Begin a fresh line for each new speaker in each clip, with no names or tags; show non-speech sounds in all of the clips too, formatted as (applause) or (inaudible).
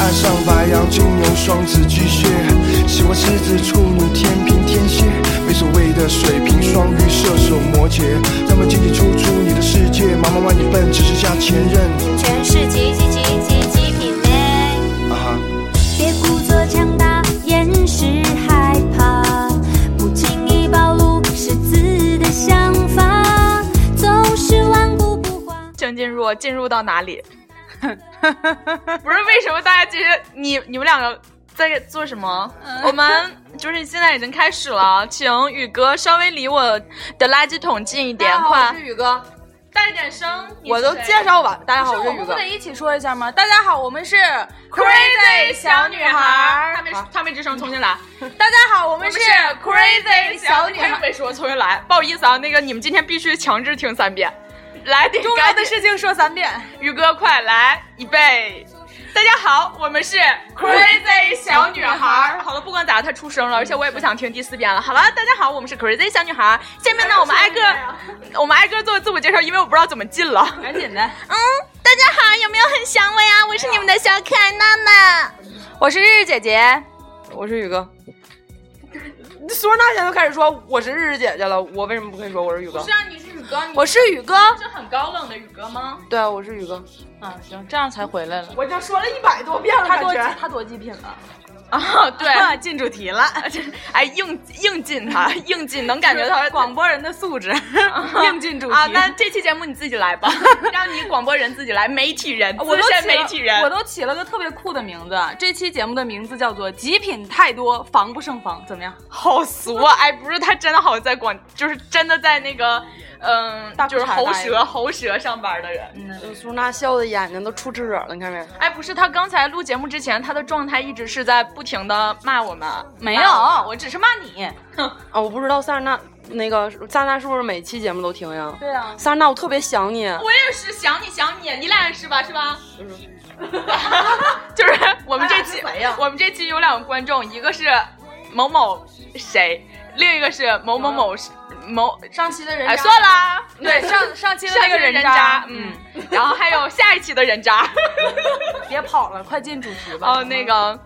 爱上白羊、金牛、双子、巨蟹，喜欢狮子、处女、天平、天蝎，没所谓的水瓶、双鱼、射手、摩羯，他们进进出出你的世界，忙忙完你笨，只剩下前任。
全是极极极极极品味。
啊哈，
别故作强大，掩饰害怕，不经意暴露是自的想法，总是顽固不化。
郑进入进入到哪 (laughs) 里？不是为什么大家这些你你们两个在做什么？我们就是现在已经开始了，请宇哥稍微离我的垃圾桶近一点，
我
快
是宇哥，
大一点声。
我都介绍完。
大家好，
不
我是
是我
宇
们
哥
不得。一起说一下吗？大家好，我们是
Crazy 小女
女
孩，他没
好
他没吱声，重新来。
大家好，我们是 Crazy 小女
还
孩。
没说，重新来。不好意思啊，那个你们今天必须强制听
(laughs)
三遍。来，得
重要的事情说三遍。
宇哥，快来，预备！大家好，我们是 Crazy 小女孩。好了，不管咋，她出声了，而且
嗯
我也不想听第四遍了。好了，大家好，我们是 Crazy 小女孩。下面
哎
呢，我们挨个，我们挨个做自我介绍，因为我不知道怎么进了。
(laughs) 赶紧的，
嗯，大家好，有没有很想我呀？我是你们的小可爱娜娜。
我是日日姐姐，我是宇 (laughs) 哥。所有人现在都开始说我是日日姐姐了，我为什么不可以说我是宇哥？
啊，你是宇哥，
我是宇哥，
是很高冷的宇哥吗？嗯
对啊，我是宇哥。啊，行，这样才回来了。
我就说了一百多遍了，
他
感
多
觉。
他多极品
(laughs)
了，
啊，
(laughs)
对，进主题了，哎，硬硬进他，硬进，能感觉到广播人的素质，硬进主
题
啊。 (laughs) 那这期节目你自己来吧， (laughs) 让你广播人自己来，媒体人，
我
资
都
深
起
媒
了
体人，
我都起了个特别酷的名字。这期节目的名字叫做“极品太多，防不胜防”，怎么样？
好俗啊！哎，不是，他真的好像在广，就是真的在那个，嗯、
大裤衩
就是喉
待
舌喉舌上班的人。
苏娜笑的眼睛都出汁了，你看没？
嗯哎，不是，他刚才录节目之前，他的状态一直是在不停的骂我们，
没有
骂我，们
我只是骂你。
啊，我不知道塞尔娜那个塞尔娜是不是每期节目都听呀？
对啊，
塞尔娜，我特别想你。
我也是想你想你，你俩也是吧？是吧？ (laughs) 就是我们这期
他俩是谁哎呀，
我们这期有两个观众，一个是某某谁，另一个是某某某某。
上期嗯的人
哎，算啦，
对，上上期的
上
那
一个
个
人
渣
渣，，嗯，然后还有下一期的人渣，
别跑了，快进主题吧。
哦，那个，
啊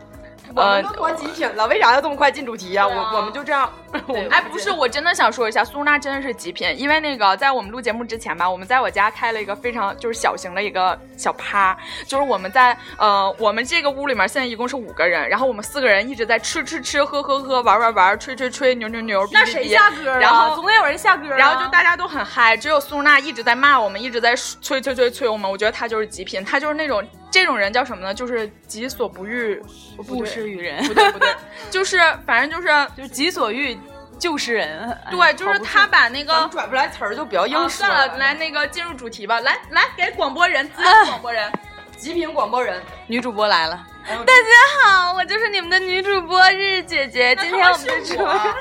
我
呃
们，都多极品了，为啥要这么快进主题呀？
对啊
我我们就这样，我们
哎，不是，我真的想说一下，苏娜真的是极品，因为那个在我们录节目之前吧，我们在我家开了一个非常就是小型的一个小趴，就是我们在呃我们这个屋里面现在一共是五个人，然后我们四个人一直在吃吃吃、喝喝喝、玩玩玩、吹吹吹、牛牛牛，哔
那
哔
谁
哔
下歌啊？
然后
总得有人下歌啊。
然后就大家都很嗨，只有苏娜一直在骂我们，一直在催催催催我们。我觉得她就是极品，她就是那种这种人叫什么呢？就是己所不欲，不对
不施于人，
不对不对，就是反正就是
就是己所欲，就是人。哎
对，就是她。把那
咱
个
们转不来词儿就不要硬
啊
说
算了，来那个进入主题吧，来来给广播人资深广播人，
极品广播人，
女主播来了，
哎
大家好，我就是你们的女主播日日姐姐。今天我们的
啊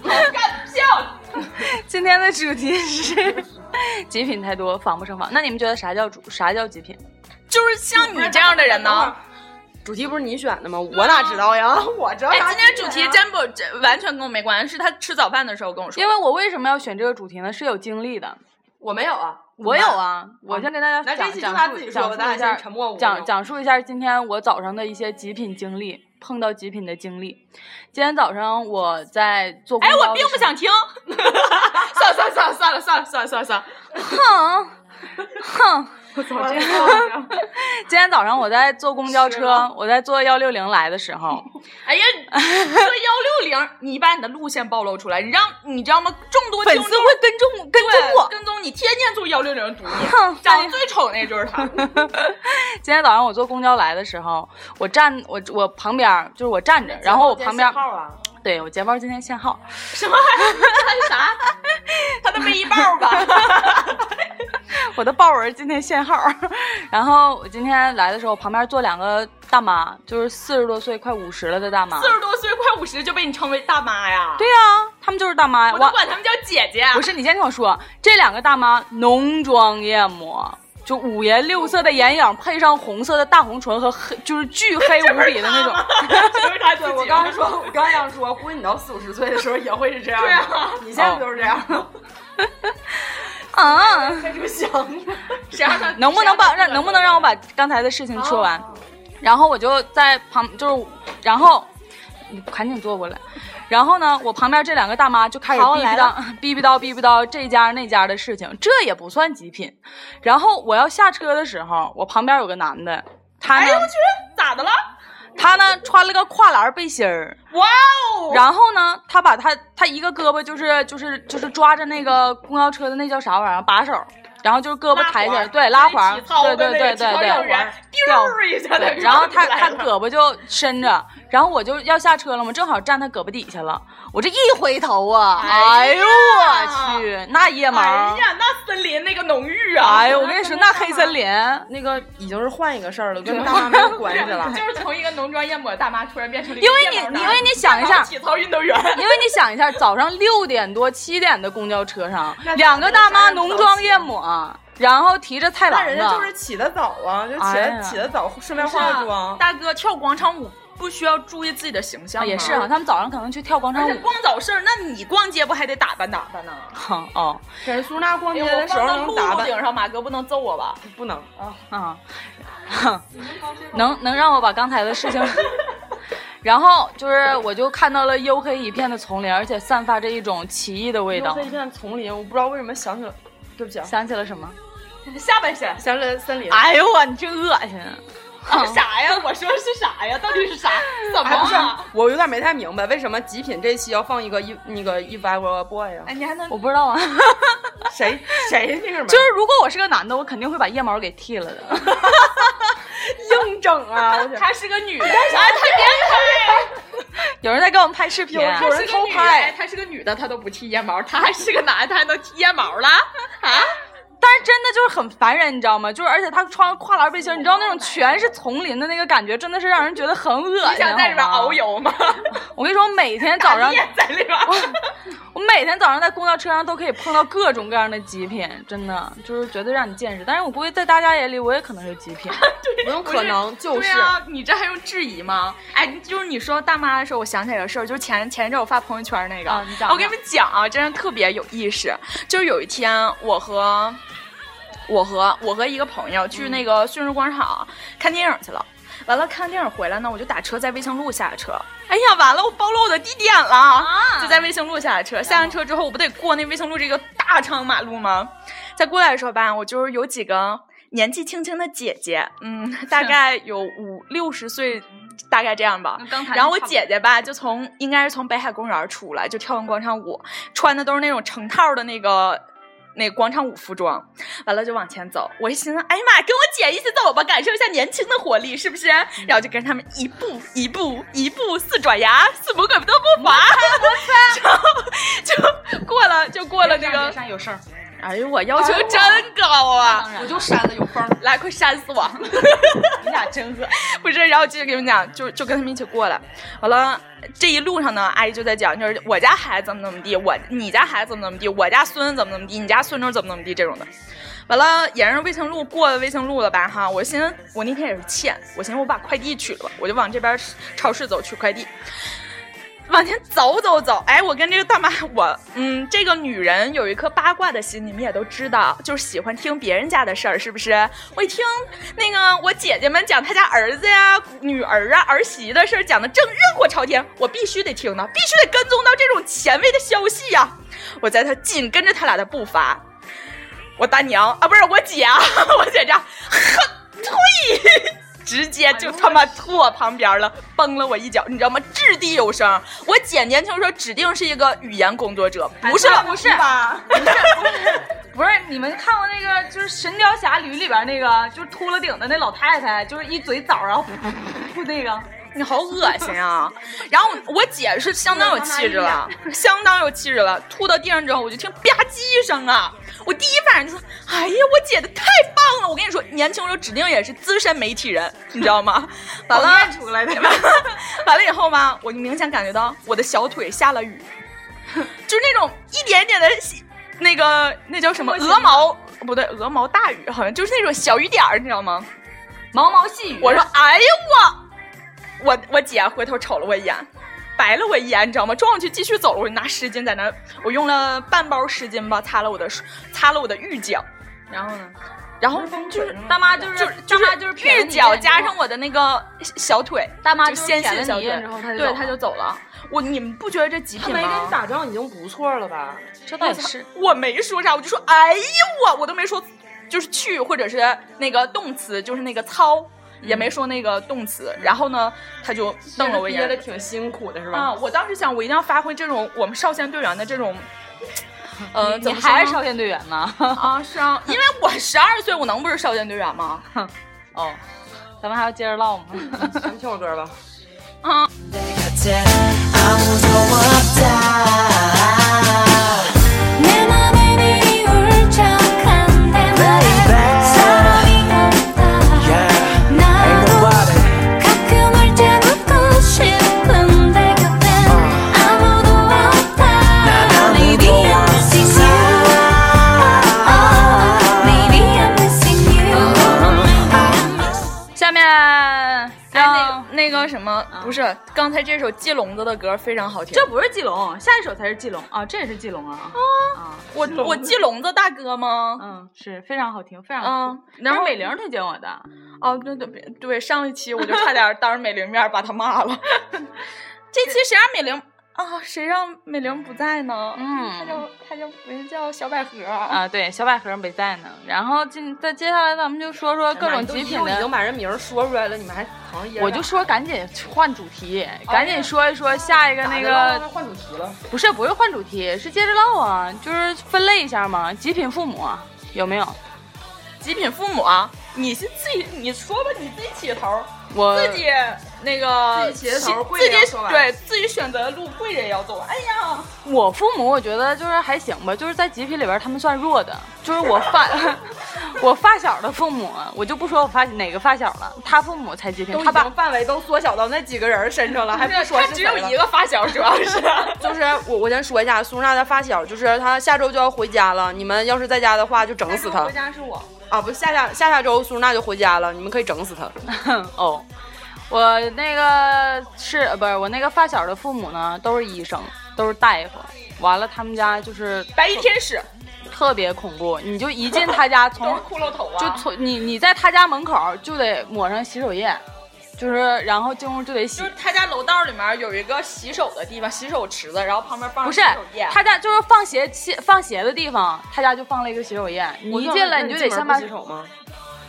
主，
(laughs) 干票。
今天的主题是极品太多，防不胜防。那你们觉得啥叫主？啥叫极品？
就是像你这样的人呢？
主题不是你选的吗？我哪知道呀？ (laughs) 我知道
哎，
啥
今天主题真不这完全跟我没关系，是他吃早饭的时候跟我说的。
因为我为什么要选这个主题呢？是有经历的。
我没有啊，
我有啊，我先跟大家
那
讲
这期就
讲
他
述
自己
讲
说吧，
述一
咱俩
下
先沉默五秒
讲。讲述一下今天我早上的一些极品经历，碰到极品的经历。今天早上我在做公
哎，
交的时候，
我并不想听。 (laughs) 算了算了算了算了算了算了算了。
哼
(laughs)
哼。
完了
今天早上我在坐公交车，我在坐幺六零来
(laughs)
的时候，
哎呀，这幺六零，你把你的路线暴露出来，你让你知道吗？众多
粉
听
丝
众
会跟踪跟踪
对
我。
跟踪你，天天坐幺六零堵你。
(laughs) 哼
(laughs) 长
哎
得
呀
最丑那就是
(laughs)
他，
今天早上我坐公交来的时候，我站我我旁边儿就是我站着，然后我旁边
号啊，
对我钱包今天限号， (laughs)
什么玩意儿？他是啥？他的背一包
(laughs)
吧？
我的豹纹今天限号， (laughs) 然后我今天来的时候，旁边坐两个大妈，就是四十多岁快五十了的大妈
四。十多岁快五十就被你称为大妈呀？
对，呀、她们就是大妈。
我都管他们叫姐啊姐。
不是，你先听我说，这两个大妈浓妆艳抹，就五颜六色的眼影，配上红色的大红唇和黑，就是巨黑
这不
无
是
比的那种
她。吗， (laughs) 就是他自己
对，
啊吗。
我刚才说，我刚才想说，估计你到四五十岁的时候也会是这样的。
对啊
(laughs) 你现在不就是这样吗？
哦 (laughs) 啊，
开始想你。
谁让他
(laughs)
(laughs)
能不能把
谁
让能不能让我把刚才的事情说完？然后我就在旁，就是然后你赶紧坐过来。然后呢，我旁边这两个大妈就开始
好我
逼逼
来
叨 (laughs) 逼逼叨逼逼叨这家那家的事情，这也不算极品。然后我要下车的时候，我旁边有个男的，他呢，
哎呦我去，咋的了？
他呢穿了个跨栏背心儿，
哇哦！
然后呢，他把他他一个胳膊就是就是就是抓着那个公交车的那叫啥玩意儿把手，然后就是胳膊抬起来，对，拉环，对对对对对。
丢一下
对，然后他他胳膊就伸着，然后我就要下车了嘛，正好站他胳膊底下了。我这一回头啊，
哎
哎
呀
呦我去，那夜
哎
盲，
呀，那森林那个浓郁啊！
哎呦我跟你说，那黑森林，
那个已经是换一个事儿了，跟大妈没有关系了。
(laughs) 就是从一个浓妆艳抹的大妈突然变成了
因为你因为你想一下，
体操运动员，
(laughs) 因为你想一下，早上六点多、七点的公交车上
(laughs) 那，
两个大妈浓妆艳抹，然后提着菜
啊那
篮
人家就是
子，
起得早啊，就起
哎呀
得起得早，顺便化个妆。
啊大哥跳广场舞不需要注意自己的形象
啊
吗
也是
嗯
啊，。他们早上可能去跳广
而
场
(laughs)
且
舞。
光早市儿，那你逛街不还得打扮打扮呢？
哈哦，
给苏娜逛街
哎呦
的
我
时候
放到
能打
路
扮，
顶上，马哥不能揍我吧？
不能。
啊， (laughs) 哼能能让我把刚才
(laughs)
的事情，然后就是我就看到了黝黑一片的丛林，而且散发着一种奇异的味道
这。一片丛林，我不知道为什么想起了，对不起啊，
想起了什么？
(laughs) 下半身
想起了森林。
哎呦我，你这恶
(laughs)
心！啊
(laughs) 啥呀？我说是啥呀？到底是啥？ (laughs) 怎么啊
哎，不是
了？，
我有点没太明白，为什么极品这期要放一个一那个一 v e boy 啊
哎，？你还能
我不知道啊， (laughs)
谁谁那个什么？
就是如果我是个男的，我肯定会把腋毛给剃了的。 (laughs)
硬整啊！我去，
她是个女的，哎，她别
有人在给我们拍视频，
拍，她是个女的，哎她是个女的，她都不剃腋毛， (laughs) 她还是个男的，她还能剃腋毛了啊？
但是真的就是很烦人，你知道吗？就是而且他穿跨栏背心儿，你知道那种全是丛林的那个感觉，真的是让人觉得很恶心。
你 (laughs) 想在里面哎
好吗
遨？游 (laughs) 吗？
我跟你说，我每天早
(laughs)
上
你，也在里面。
我每天早上在公交车上都可以碰到各种各样的极品，真的就是绝对让你见识。但是我估计在大家眼里，我也可能是极品。
不用可能，就
对
是
啊，你这还用质疑吗？哎，就是你说大妈的时候，我想起来个事儿，就是前前一阵我发朋友圈那个，
啊你讲
我跟你们讲啊，真的特别有意思。就是有一天，我和我和我和一个朋友
嗯
去那个顺日广场看电影去了。完了，看电影回来呢，我就打车在卫星路下车。哎呀，完了，我暴露我的地点了，
啊
就在卫星路下车。下完车之后，我不得过那卫星路这个大长马路吗？再过来的时候吧，我就是有几个年纪轻轻的姐姐，嗯，大概有五六十岁，大概这样吧。
刚
然后我姐姐吧，就从应该是从北海公园出来，就跳完广场舞，穿的都是那种成套的那个那个广场舞服装，完了就往前走。我一寻思，哎呀妈，呀，跟我姐一起走吧，感受一下年轻的活力，是不是？然后就跟着他们一步一步一步四爪牙四魔鬼的步伐，然后 (laughs) 就过了就过了那个。
有事儿，
哎呦，我要求真高啊！
我就删了有风。
来，快扇死我！
(laughs) 你俩真恶心。
不是，然后接着跟你们讲，就就跟他们一起过来。完了，这一路上呢，阿姨就在讲，就是我家孩子怎么怎么地，我你家孩子怎么怎么地，我家孙子怎么怎么地，你家孙女怎么怎么地这种的。完了，沿着卫星路过了卫星路了吧哈，我寻思我那天也是欠，我寻思我把快递取了吧，我就往这边超市走取快递。往前走走走，哎，我跟这个大妈，我嗯，这个女人有一颗八卦的心，你们也都知道，就是喜欢听别人家的事儿，是不是？我一听那个我姐姐们讲她家儿子呀、女儿啊、儿媳的事儿，讲的正热火朝天，我必须得听呢，必须得跟踪到这种前卫的消息呀、我在她紧跟着他俩的步伐，我大娘啊，不是我姐啊， (laughs) 我姐这样，哼，退。 (laughs) 直接就他妈吐我旁边了，崩了我一脚，你知道吗？掷地有声。我姐年轻时候指定是一个语言工作者，不是
哎不是 (laughs) 不是，你们看过那个就是《神雕侠侣》里边那个就是秃了顶的那老太太，就是一嘴枣，然后就那个。
(laughs) 你好恶心
(laughs)
啊！然后我姐是相当有气质了，相当有气质了。吐到地上之后，我就听吧唧一声啊！我第一反应就是，哎呀，我姐的太棒了！我跟你说，年轻时候指定也是资深媒体人，你知道吗？完了，出来的。 (laughs) 完了以后吧，我就明显感觉到我的小腿下了雨，就是那种一点点的，那个那叫什么鹅毛。不对，鹅毛大雨好像就是那种小雨点儿，你知道吗？
毛毛细雨。
我说，哎呀我，我我姐啊回头瞅了我一眼，白了我一眼，你知道吗？撞上去继续走了，我就拿湿巾在那，我用了半包湿巾吧，擦了我的手擦了我的浴角，然后呢，然后
就是大妈就是
就
大
是
妈就是撇
日
着你
脚
练
加上我的那个小腿，
大妈
就
就是
纤细
舔
的
了
小
你
腿，
然后她就
对
走
她
了
就走了。我你们不觉得这极
他
品
没跟
吗
你？打仗已经不错了吧？
这倒也是。
我没说啥，我就说哎呦我我都没说，就是去或者是那个动词，就是那个操，也没说那个动词。然后呢，他就瞪了我一
憋的
眼。
挺辛苦的是吧？
啊！我当时想，我一定要发挥这种我们少先队员的这种，呃，
你
怎么说
还
呢
是少先队员呢？
啊？是啊，因为我十二岁，我能不是少先队员吗？
哦，咱们还要接着唠吗？
咱们听会儿歌吧。
啊，
내 맘에 미리 울적한데 말해 사랑이 없다 나도 가끔 울때 웃고 싶은데 그땐 아무도 없다 Maybe I'm missing you Maybe I'm missing you
(laughs) 下面
哎
让
让
那个什么，不是刚才这首接龙子的歌非常好听。
这不是季龙，下一首才是季龙啊，这也是季龙啊。啊，
哦我我接龙子大哥吗？
嗯，是非常好听，非常
嗯
好听。
然
然
后
后美玲推荐我的，
哦，对对对对，上一期我就差点当着美玲面把他骂了。 (laughs) 这期谁让美玲啊？谁让美玲不在呢？他
嗯
叫他叫不是叫小百合啊？
啊，对，小百合没在呢。然后今再接下来咱们就说说各种极品
已经
的。
把人名儿说出来了，你们还藏掖着？
我就说赶紧换主题，
哦
赶
哎呀
紧说一说下一个那个
换主题了，
不是不是换主题，是接着唠啊，就是分类一下嘛。极品父母啊有没有？
极品父母啊？你是自己你说吧，你自己起头，
我
自己那个
自己起的头跪
自
着要
己
说完
对自己选择的路跪着也要走完。哎呀，
我父母我觉得就是还行吧，就是在极品里边儿他们算弱的，就是我发 (laughs) 我发小的父母，啊我就不说我发哪个发小了，他父母才极品，他
他把
爸
范围都缩小到那几个人儿身上了，还不说
他
是
只
谁
有
了
一个发小，主要是。
就是我，我先说一下苏娜的发小，就是她下周就要回家了。你们要是在家的话，就整死她
回家是我。
啊！不，下下下下周苏娜就回家了，你们可以整死
(laughs)
她。
(laughs) 哦，我那个是呃不是我那个发小的父母呢，都是医生，都是大夫。完了，他们家就是
白衣天使
特别恐怖，你就一进他家
都
从
是骷髅头啊！
就从你你在他家门口就得抹上洗手液，就是然后进屋就得洗
就是。他家楼道里面有一个洗手的地方，洗手池子，然后旁边放
不
着
是
洗手液。
他家就是放鞋鞋放鞋的地方，他家就放了一个洗手液。你一进来你就得先把
洗手吗？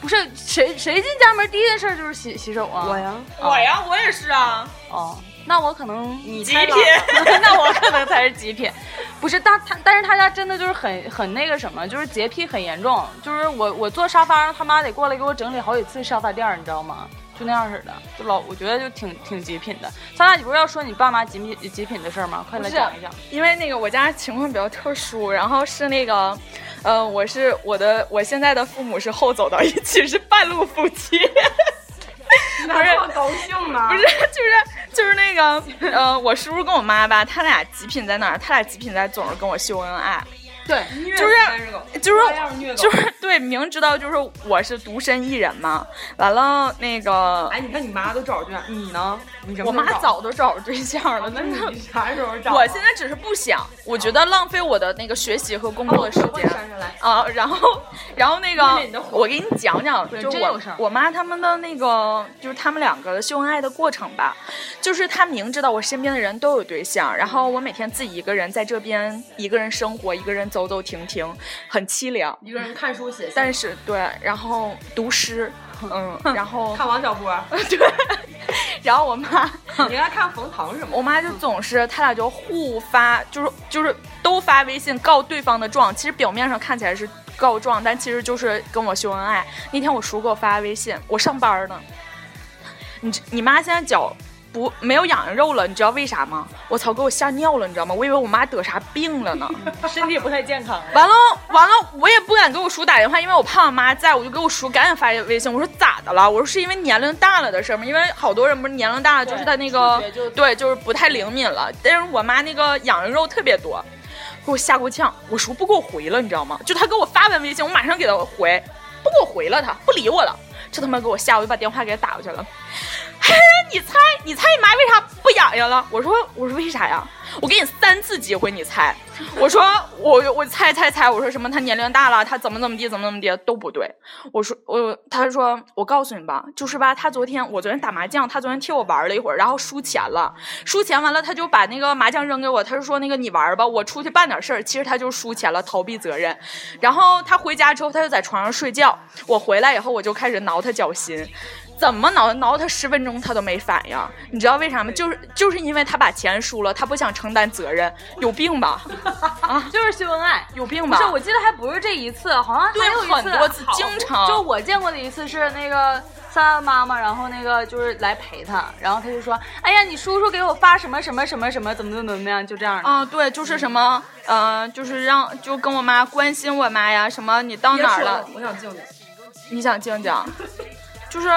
不是谁谁进家门第一件事就是洗洗手啊。
我呀，
我呀，我也是啊，
哦，那我可能
你
极
太
品
老了。
(laughs) 那我可能才是极品。不是，但他但是他家真的就是很很那个什么，就是洁癖很严重。就是我我坐沙发上，他妈得过来给我整理好几次沙发垫儿，你知道吗？就那样式的，就老我觉得就挺挺极品的。咱俩你不是要说你爸妈极品极品的事儿吗？快
不
来
是
讲一讲。
因为那个我家情况比较特殊，然后是那个，呃，我是我的我现在的 (laughs) 父母是后走到一起，是半路夫
(laughs)
妻。
不是高兴啊呢？
不是，就是就是那个，呃，我叔叔跟我妈吧，他俩极品在哪儿？他俩极品在总是跟我秀恩爱，
对，
就是就是
虐狗
就是对，明知道就是我是独身一人嘛，完了那个
哎，你看你妈都找着呢，你呢？你什么
我
时候
妈
找
早都找着对象了，
那
真的。
你啥时候找啊？
我现在只是不想，我觉得浪费我的那个学习和工作的时
我
间。
删上来。
(laughs) 啊，然后，然后那
灭了你
个
的，火
我给你讲讲，就
真
我
有事儿
我妈他们的那个，就是他们两个秀恩爱的过程吧。就是她明知道我身边的人都有对象，然后我每天自己一个人在这边一个人生活，一个人走走停停，很凄凉。
一个人看书写信，
但是对，然后读
(laughs)
诗，嗯，然后
看王小波，
对，然后我妈
你应该看冯唐什么？
我妈就总是他俩就互发，就是就是都发微信告对方的状，其实表面上看起来是告状，但其实就是跟我秀恩爱。那天我叔给我发微信，我上班呢，你知你妈现在脚不没有痒痒肉了，你知道为啥吗？我操，给我吓尿了，你知道吗？我以为我妈得啥病了呢。
身体不太健康。
完了完了，我也不敢给我叔打电话，因为我怕我妈在，我就给我叔赶紧发微信，我说咋的了？我说是因为年龄大了的事儿吗？因为好多人不是年龄大了，就是他那个
触觉就
对，就是不太灵敏了。但是我妈那个痒痒肉特别多，给我吓够呛。我叔不给我回了，你知道吗？就他给我发完微信，我马上给他回，不给我回了他，不理我了。这他妈给我吓，我就把电话给他打过 (laughs) 去了。嘿，你猜，你猜你妈为啥不痒痒了？我说，我说为啥呀？我给你三次机会，你猜。我说我我猜猜猜，我说什么？他年龄大了，他怎么怎么地，怎么怎么地都不对。我说我，他说我告诉你吧，就是吧，他昨天我昨天打麻将，他昨天替我玩了一会儿，然后输钱了，输钱完了他就把那个麻将扔给我，他就说那个你玩吧，我出去办点事儿。其实他就输钱了，逃避责任。然后他回家之后，他就在床上睡觉。我回来以后，我就开始挠他脚心。怎么挠挠他十分钟他都没反应，你知道为啥吗？就是就是因为他把钱输了，他不想承担责任，有病吧？
就是秀恩爱。
有病
不
吧？
是，我记得还不是这一次，好像还
对
有一次
很多次
好
经常
就我见过的一次是那个三妈妈，然后那个就是来陪她，然后她就说：“哎呀，你叔叔给我发什么什么什么什么，怎么怎么怎么样，就这样的。
啊，对，就是什么，呃，就是让就跟我妈关心我妈呀，什么你到哪儿了？
我想静静。
你想静静，就是。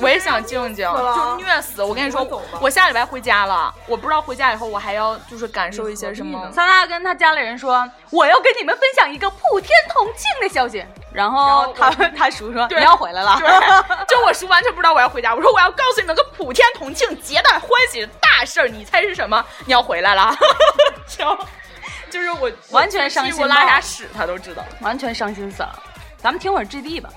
我也想静静，就虐死我跟你说
你快走吧，
我下礼拜回家了，我不知道回家以后我还要就是感受一些什么。
三大跟他家里人说：“我要跟你们分享一个普天同庆的消息。”然后他他叔说：“
对
你要回来了。
对， (laughs) 就我叔完全不知道我要回家。我说我要告诉你们个普天同庆、皆大欢喜的大事儿，你猜是什么？ (laughs) 你要回来了，然后就是我
完全伤心
我拉
爆
啥屎他都知道。
(laughs) 完全伤心死了。咱们听会儿 GD 吧。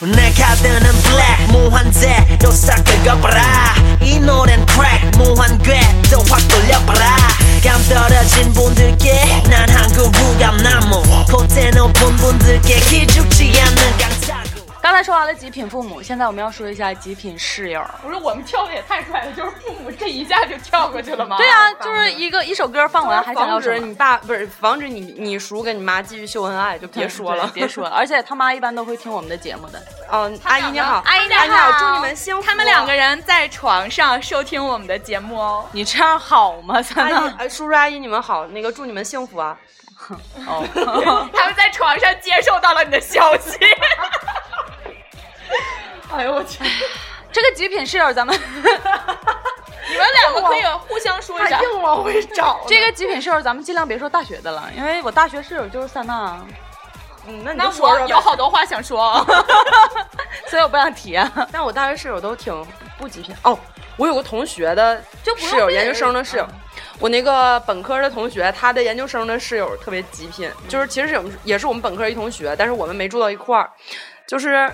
내가 드는 black 무한제 또싹 긁어봐라 이 노랜 crack 무한괴 또확 돌려봐라 감 떨어진 분들께 난 한국우감 나무 콧대 높은 분들께 기죽지 않는 강타구
刚才说完了极品父母，现在我们要说一下极品室友。
我说我们跳的也太快了，就是父母这一下就跳过去了吗？
对啊，就是一个一首歌放完还想要
防
什
止
么？
你爸不是防止你你叔跟你妈继续秀恩爱，就别说了，
对 (laughs) 别说了。而且他妈一般都会听我们的节目的。
嗯，阿姨你好，
阿姨你
阿姨你好，
好
祝你们幸福。
他们两个，人在床上收听我们的节目哦。
(laughs) 你这样好吗？
阿
三
姨
娜，
哎叔叔阿姨你们好，那个祝你们幸福 (laughs) 啊。
哦，
他们在床上接受到了你的消 (laughs) 息。哎呦我去！
这个极品室友，咱们 (laughs)
你们两个可以互相说一下。
往回找，
这个极品室友，咱们尽量别说大学的了，因为我大学室友就是三娜，
(laughs) 嗯，那你
那
就说
我
说
有
吧。
好多话想说啊。
所以我不想提啊。
但我大学室友都挺不极品哦。我有个同学的
就不用嗯
室友，
非得
研究生的室友，我那个本科的同学，他的研究生的室友特别极品，就是其实也也是我们本科一同学，但是我们没住到一块儿，就是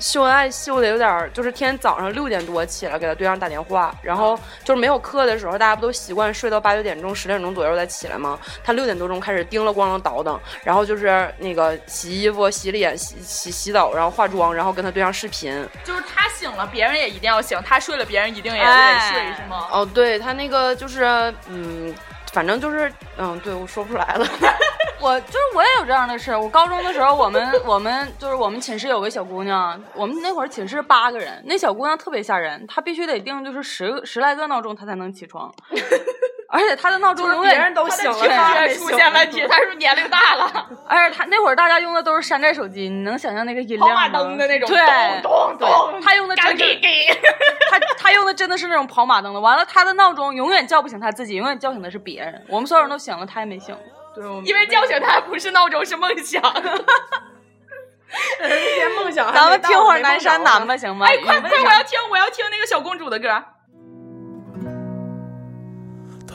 秀恩爱秀的有点儿，就是天天早上六点多起来给他对象打电话，然后就是没有课的时候，大家不都习惯睡到八九点钟、十点钟左右再起来吗？他六点多钟开始叮了咣啷倒腾，然后就是那个洗衣服、洗脸、洗洗洗澡，然后化妆，然后跟他对象视频。
就是他醒了，别人也一定要醒；他睡了，别人一定也得
哎
睡，是吗？
哦，对他那个就是，嗯，反正就是，嗯，对我说不出来了。 (laughs)
我就是我也有这样的事。我高中的时候，我们我们就是我们寝室有个小姑娘，我们那会儿寝室八个人，那小姑娘特别吓人，她必须得定就是十个十来个闹钟，她才能起床，而且她的闹钟永远
别人都醒了，
这
他
也
没
出
醒
现问题，他是不是年龄大了，
而且他那会儿大家用的都是山寨手机，你能想象那个音
跑
量
马
吗？
灯的那种，
对，
咚咚咚，
他用的
嘎
真
给
是
给。
他他用的真的是那种跑马灯的。完了，他的闹钟永远叫不醒他自己，永远叫醒的是别人。我们所有人都醒了，他也没醒。
因为叫醒他不是闹钟，是梦想。
梦想还没到。
咱们听会儿
没梦
南山
着
南
呢
吧，行吗？
(laughs) 哎，快
你们
快，我要听，我要听那个小公主的歌。
他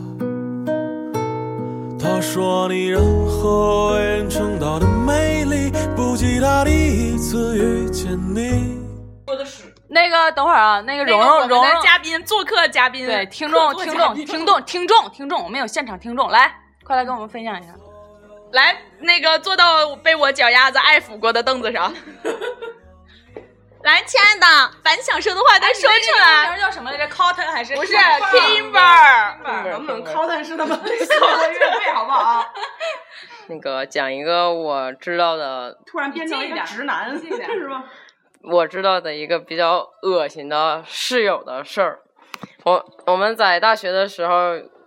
他说你任何为人称道的美丽，不及他第一次遇见你。
那个等会儿啊，那个蓉
那个
蓉蓉
我们
蓉
的，嘉宾做客嘉宾，
对听众
客座
听
嘉
众
宾
听众听众听众，我们有现场听众，来，快来跟我们分享一下。
来，那个坐到被我脚丫子爱抚过的凳子上。 (laughs) 来，亲爱的，把你想说的话都说出来。
叫什么来着？Cotton 还是
不是 Kimber，
能不能 cotton 是他们这个月费好不好？
那个讲一个我知道的，
突然变成了一个直男，是吗？
我知道的一个比较恶心的室友的事儿。我我们在大学的时候，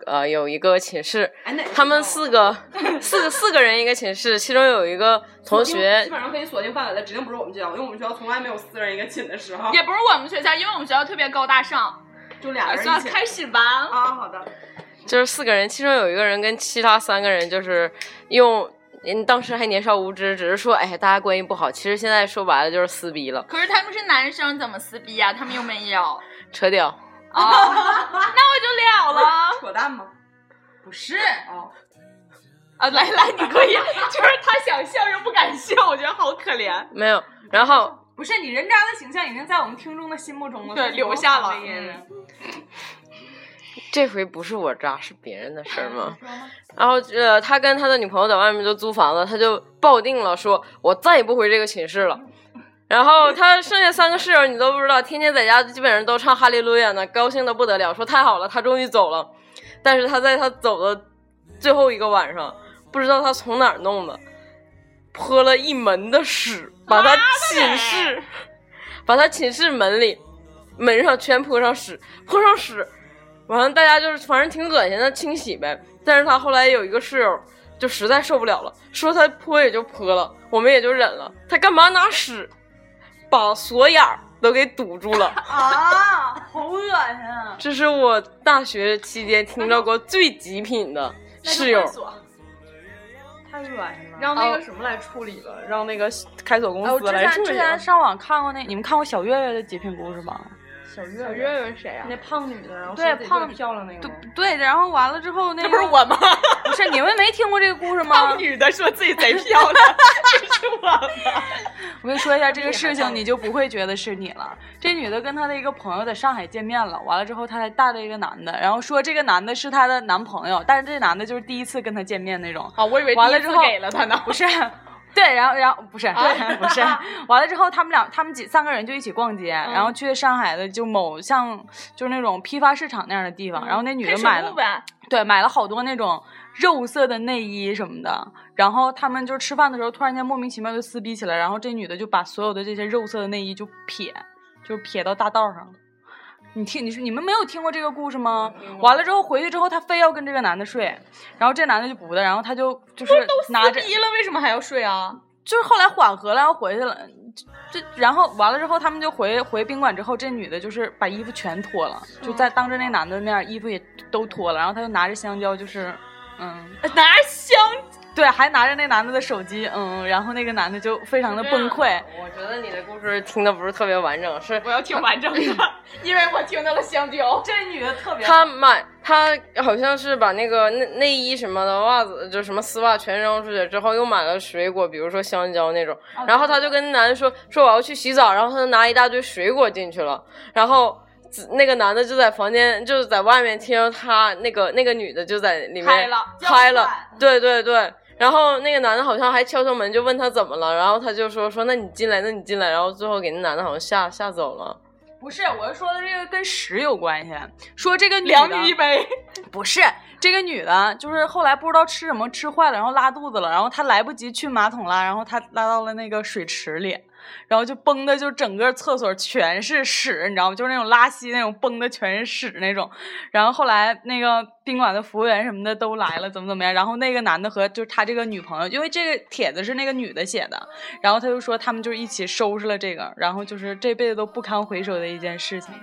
呃，有一个寝室，
哎，那
他们四个四个四个人一个寝室，其中有一个同
基
学
本上可以锁定范围了，指定不是我们学校，因为我们学校从来没有四人一个寝的时候，
也不是我们学校，因为我们学校特别高大上。
就俩人
算
一
了，
起。
开始吧。
啊，好的，
就是四个人，其中有一个人跟其他三个人就是用。嗯，当时还年少无知，只是说，哎，大家关系不好。其实现在说白了就是撕逼了，
可是他们是男生，怎么撕逼呀、他们又没有啊，
扯掉。
那我就了了
扯淡吗？
不是
哦，
啊，来来，你可以，就是他想笑又不敢笑，我觉得好可怜。
没有，然后
不是你人渣的形象已经在我们听众的心目中了，
对
所以不
留下了
用考虑
嗯
这回不是我渣，是别人的事儿吗？然后呃，他跟他的女朋友在外面就租房子，他就抱定了，说我再也不回这个寝室了。然后他剩下三个室友你都不知道，天天在家基本上都唱哈利路亚呢，高兴的不得了，说太好了，他终于走了。但是他在他走的最后一个晚上，不知道他从哪儿弄的，泼了一门的屎，把他寝室，把他寝室门里门上全泼上屎，泼上屎，完了大家就是反正挺恶心的清洗呗。但是他后来有一个室友就实在受不了了，说他泼也就泼了，我们也就忍了，他干嘛拿屎把锁眼儿都给堵住了？
(laughs) 啊，好恶心啊！
这是我大学期间听到过最极品的
(laughs)
室友。
(laughs) 太恶心了。
让那个什么来处理了，让那个开锁公
哎，我
司
之
来
前
处
之
理
前
了。
上网看过那，你们看过小岳岳的极品故事吗？
小月月谁啊？
那胖女的，然后
对
说自己
胖
特别漂亮那个
对
吗，
对，然后完了之后那
这
个
不是我吗？
不是你们没听过这个故事
(laughs)
吗？
(laughs) 女的说自己贼漂亮， (laughs) 这是我吗？
我跟你说一下这个事情，你就不会觉得是你了。这女的跟她的一个朋友在上海见面了，完了之后她还带了一个男的，然后说这个男的是她的男朋友，但是这男的就是第一次跟她见面那种。 (laughs)
啊，我以为
完了
第一
之
次
后
给了他呢，
不是，
啊
对，然后然后不是，不是，完了之后他们俩他们几三个人就一起逛街，然后去上海的就某像就是那种批发市场那样的地
嗯
方，然后那女
开
的
水
买
木
了
呗，
对，买了好多那种肉色的内衣什么的。然后他们就是吃饭的时候，突然间莫名其妙就撕逼起来，然后这女的就把所有的这些肉色的内衣就撇，就撇到大道上了。你听，你说你们没有听过这个故事吗？完了之后回去之后，她非要跟这个男的睡，然后这男的就不的，然后她就就是拿着
撕逼了为什么还要睡啊？ (laughs)
就是后来缓和了，然后回去了。这然后完了之后，他们就回回宾馆之后，这女的就是把衣服全脱了，就在
嗯
当着那男的面衣服也都脱了，然后她就拿着香蕉，就是嗯，
呃拿香
对，还拿着那男的的手机，嗯，然后那个男的就非常的崩溃。
我觉得你的故事听的不是特别完整，是
我要听完整
(laughs)
的，因为我听到了香蕉。这女的特别
他买他好像是把那个内内衣什么的袜子就什么丝袜全扔出去之后，又买了水果，比如说香蕉那种。然后他就跟男的说说我要去洗澡，然后他就拿一大堆水果进去了，然后。那个男的就在房间，就是在外面听他那个那个女的就在里面
嗨了
嗨了
叫唤，
对对对。然后那个男的好像还敲敲门，就问他怎么了，然后他就说说那你进来，那你进来，然后最后给那男的好像吓吓走了。
不是，我是说的这个跟屎有关系，说这个女的
两女一杯，
不是这个女的，就是后来不知道吃什么吃坏了，然后拉肚子了，然后她来不及去马桶拉，然后她拉到了那个水池里，然后就崩的就整个厕所全是屎，你知道吗？就是那种拉稀那种崩的全是屎那种。然后后来那个宾馆的服务员什么的都来了，怎么怎么样。然后那个男的和就是他这个女朋友，因为这个帖子是那个女的写的，然后他就说他们就是一起收拾了这个，然后就是这辈子都不堪回首的一件事情。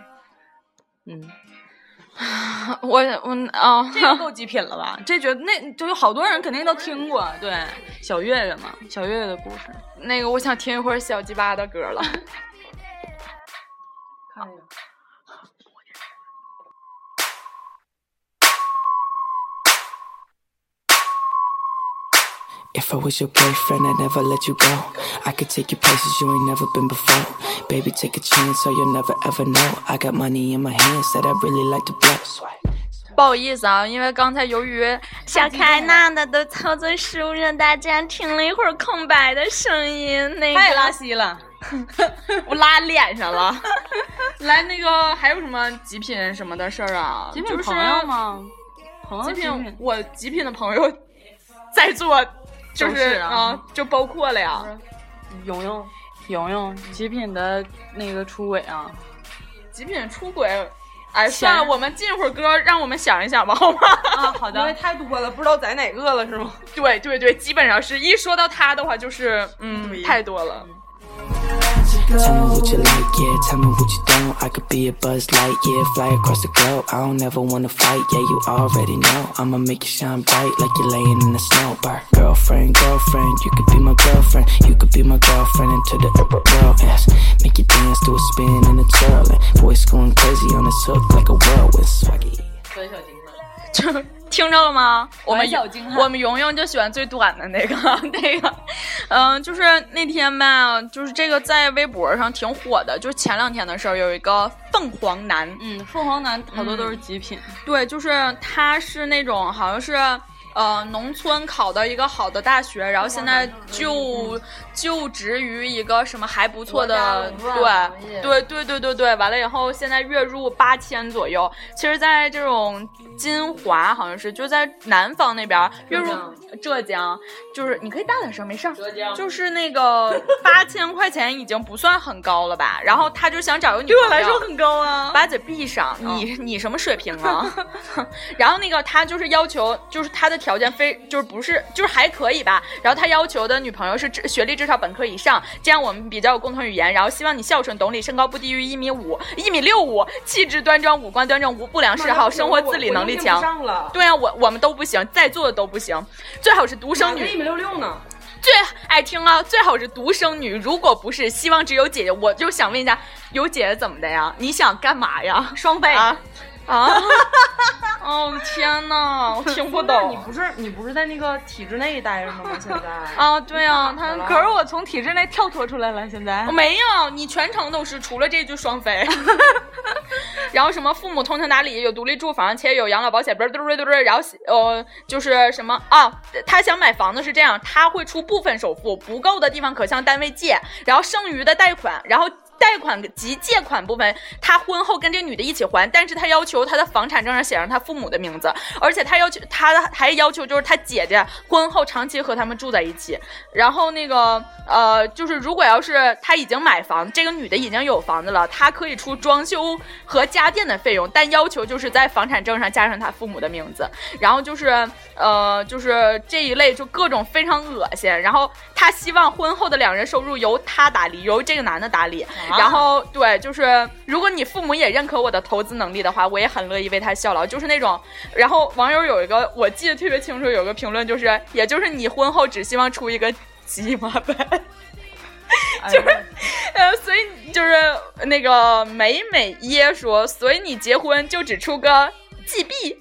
嗯。
(laughs) 我我啊，
这个够极品了吧？这觉得那就有好多人肯定都听过，对，小月月嘛，小月月的故事。
那个我想听一会儿小鸡巴的歌了。
If I was your boyfriend, I'd never let you go. I could take you places you ain't never been before. Baby, take a chance, so you'll never ever know. I got money in my hands that I really like to blow. Swipe.
不好意思啊，因为刚才由于
小可爱娜娜的操作失误，让大家听了一会儿空白的声音。那
(laughs) 太
个
拉
(laughs)
稀了，
我拉脸上了。 (laughs) 来，那个还有什么极品什么的事儿啊？
极
就
品
是
朋友吗？朋友
极
极
品 (laughs)
品，
我极品的朋友在座就
都
是
是啊
就包括了呀。
蓉蓉，
莹莹极品的那个出轨啊，
极品出轨，哎，
显
算
然
了，我们进会儿歌，让我们想一想吧，好吗？
啊，好
因为太多了，不知道在哪个了，是吗？
(laughs) 对对对，基本上是一说到他的话，就是嗯，太多了。
Tell me what you like, yeah. Tell me what you don't. I could be a buzz light, yeah. Fly across the globe. I don't ever wanna fight, yeah. You already know. I'ma make you shine bright like you're laying in the snow. Bar. Girlfriend, girlfriend, you could be my girlfriend. You could be my girlfriend into the upper world. Yes. Make you dance to a spin and a twirl. And voice going crazy on this hook like a whirlwind. Swaggy.
就是 (laughs) 听着了吗？我
哎
们
玩小精悍
我们莹莹就喜欢最短的那个 (laughs) 那个，嗯、就是那天吧，就是这个在微博上挺火的，就是前两天的事儿，有一个凤凰男，
嗯，凤凰男好多都
嗯
是极品，
对，就是他是那种好像是。呃，农村考到一个好的大学，然后现在
嗯
就就职于一个什么还不错的，对对对对对对，完了以后现在月入八千左右。其实，在这种金华好像是就在南方那边儿，月入浙江就是你可以大点声，没事儿。浙江就是那 (laughs) 个八千块钱已经不算很高了吧？然后他就想找个女朋友，对我来说很高啊！嗯把嘴闭上，你你什么水平啊？ (laughs) 然后那个他就是要求，就是他的条件非就是不是就是还可以吧。然后他要求的女朋友是至学历至少本科以上，这样我们比较有共同语言。然后希望你孝顺懂礼，身高不低于一米五、一米六五，气质端庄，五官端正，无不良嗜好，生活自理能力
我都。用不
强
上了，
对啊，我我们都不行，在座的都不行，最好是独生
一
女，
米六六呢，
最爱听啊，最好是独生女。如果不是，希望只有姐姐。我就想问一下，有姐姐怎么的呀？你想干嘛呀？双倍啊！ (laughs) 啊！哦天哪，我听不
那你
懂
不是你不是在那个体制内待着吗？现
(laughs)
在
啊！对 (laughs) 啊，他
可是我从体制内跳脱出来了，现在
没有，你全程都是除了这句双飞，然后什么父母通情达理，有独立住房且有养老保险，不是对对对对，然后呃就是什么啊，他想买房子是这样，他会出部分首付，不够的地方可向单位借，然后剩余的贷款，然后。贷款及借款部分，他婚后跟这女的一起还，但是他要求他的房产证上写上他父母的名字，而且他要求他还要求就是他姐姐婚后长期和他们住在一起，然后那个呃，就是如果要是他已经买房，这个女的已经有房子了，她可以出装修和家电的费用，但要求就是在房产证上加上她父母的名字。然后就是呃，就是这一类就各种非常恶心。然后她希望婚后的两人收入由她打理，由这个男的打理。然后对，就是如果你父母也认可我的投资能力的话，我也很乐意为他效劳。就是那种然后网友有一个我记得特别清楚，有个评论就是，也就是你婚后只希望出一个鸡嘛
(laughs)
呗，就是， (laughs) 呃，所以就是那个美美耶说，所以你结婚就只出个
(laughs)
GB，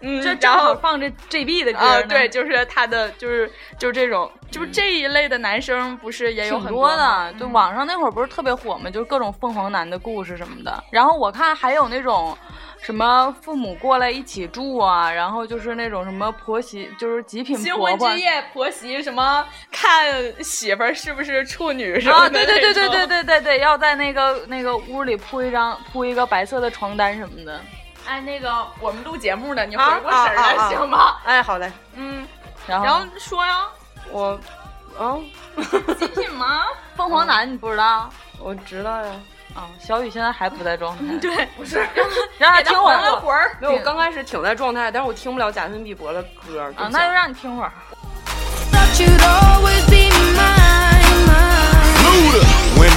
嗯，
这正
然
好
后
放着 JB 的歌
啊、
呢
对，，就是他的就是就是这种，就是这一类的男生不是也有
挺
很
多
吗
的，对，网上那会儿不是特别火嘛，就是各种凤凰男的故事什么的。然后我看还有那种什么父母过来一起住啊，然后就是那种什么婆媳，就是
(laughs)
极品
新
婆
婚
婆
之。夜，婆媳什么看媳妇儿是不是处女什么
啊，
的
对对对对
那种
对对对对，要在那个那个屋里铺一张铺一个白色的床单什么的。
哎，那个我们录节目呢，你回
啊
过神儿来、
啊啊啊
行吗？
哎，好嘞，
嗯，
然后
然后说呀，
我啊，
极品吗？
凤
嗯
凰男你不知道啊？
我知道呀。
小雨现在还不在状态，
嗯
(laughs)
对，不是，
让他
给他还
听会儿
了魂儿。
没有，我刚开始挺在状态，但是我听不了贾斯汀比伯的歌。对不起
啊，那就让你听会儿。
Luda. When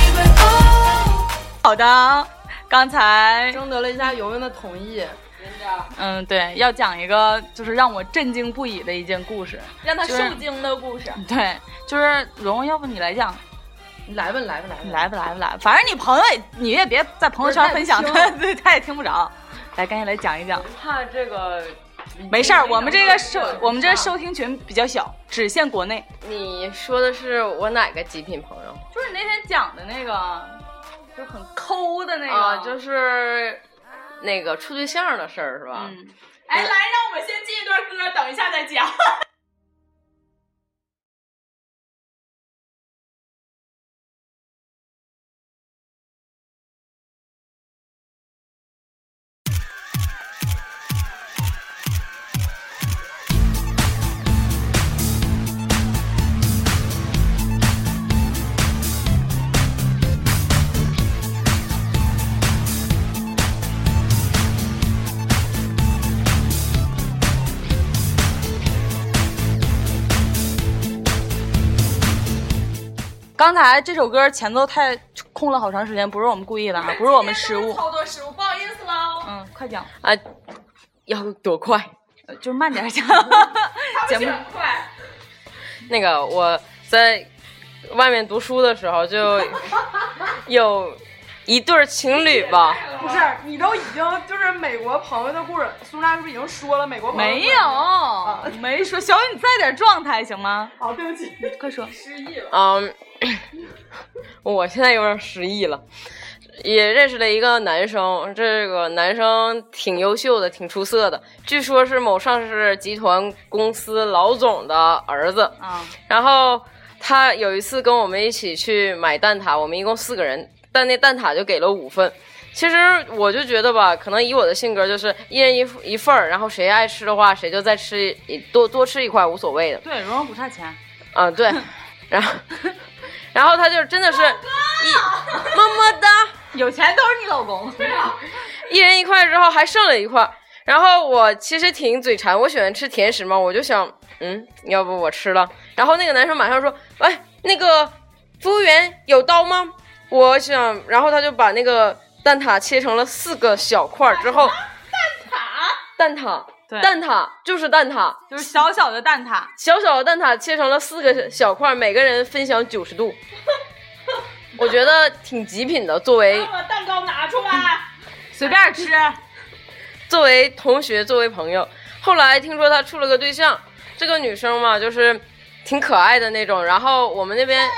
Baby,
好的，刚才
征得了一下莹莹的同意，
嗯，对，要讲一个就是让我震惊不已的一件故事。
让他
就是
受惊的故事，
对，就是蓉蓉，要不你来讲？
你来吧，你来吧，来吧，
来吧来吧来吧，反正你朋友也你也别在朋友圈分享，
不是
他
他也不
他也听不着。来，赶紧来讲一讲。
怕这个
没事儿，我们这个收
收
我们这收听群比较小，只限国内。
你说的是我哪个极品朋友？
就是你那天讲的那个，就是很抠的那
啊，就是那个处对象的事儿是吧？
嗯哎，来，让我们先进一段歌，等一下再讲。刚才这首歌前奏太空了好长时间，不是我们故意的啊，不是我们失误。
超多失误，不好意思喽。
嗯，快讲，
啊，要多快？
呃就是慢点讲。 (laughs) 节目
快，
那个我在外面读书的时候就有一对儿情侣吧，
不是，你都已经就是美国朋友的故事，苏娜是不是已经说了美国朋友？
没。有，没说。小雨，你再点状态行吗？
哦，对不起，
快说。
嗯， (coughs) 我现在有点失忆了。也认识了一个男生，这个男生挺优秀的，挺出色的，据说是某上市集团公司老总的儿子。
啊，
然后他有一次跟我们一起去买蛋挞，我们一共四个人，但那蛋挞就给了五份。其实我就觉得吧，可能以我的性格，就是一人一一份儿，然后谁爱吃的话，谁就再吃一多多吃一块无所谓的。
对，蓉蓉不差钱。
啊，对，然后然后他就真的是一么么哒，
有钱都是你老公。
一人一块之后还剩了一块儿。然后我其实挺嘴馋，我喜欢吃甜食嘛，我就想，嗯，要不我吃了。然后那个男生马上说，哎，那个服务员有刀吗？我想，然后他就把那个蛋挞切成了四个小块儿之后，蛋挞，
对
蛋挞，蛋挞就是蛋挞，
就是小小的蛋挞，
小小的蛋挞切成了四个小块，每个人分享九十度，我觉得挺极品的。作为
把蛋糕拿出来。
随便吃。
作为同学，作为朋友，后来听说他处了个对象，这个女生嘛，就是挺可爱的那种。然后我们那边，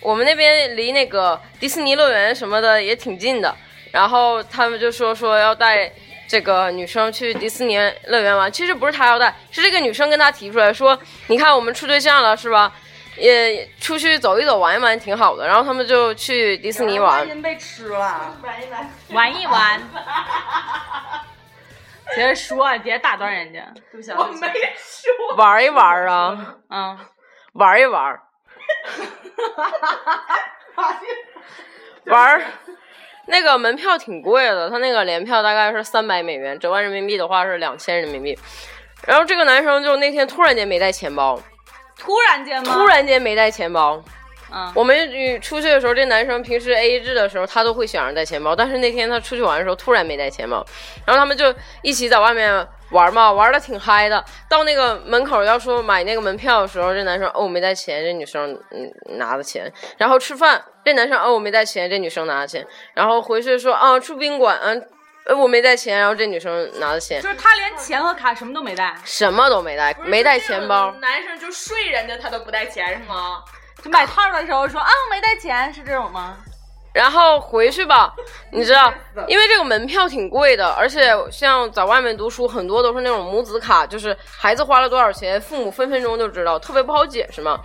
我们那边离那个迪士尼乐园什么的也挺近的，然后他们就说说要带。这个女生去迪士尼乐园玩，其实不是他要带，是这个女生跟他提出来说：“你看我们处对象了是吧？也出去走一走玩一玩挺好的。”然后他们就去迪士尼玩。
因被吃了。
玩一 (laughs) 玩。接着说，啊别打断人家。
对不起，我没。
玩一玩啊，
嗯，
玩一 (laughs) 玩，玩儿。 (laughs) 那个门票挺贵的，他那个联票大概是三百美元，折换人民币的话是两千人民币。然后这个男生就那天突然间没带钱包，
突然间吗？
突。然间没带钱包。
嗯
我们与出去的时候，这男生平时 A A 制的时候，他都会想着带钱包，但是那天他出去玩的时候，突然没带钱包，然后他们就一起在外面玩嘛，玩的挺嗨的。到那个门口要说买那个门票的时候，这男生哦我没带钱，这女生嗯拿的钱。然后吃饭，这男生哦我没带钱，这女生拿的钱。然后回去说啊住宾馆，嗯、呃我没带钱，然后这女生拿的钱
就，是他连钱和卡什么都没带，
什么都没带，没带钱包。
男生就睡人家他都不带钱是吗？
就买套的时候说啊我没带钱，是这种吗？
然后回去吧，你知道，因为这个门票挺贵的，而且像在外面读书，很多都是那种母子卡，就是孩子花了多少钱，父母分分钟就知道，特别不好解释嘛。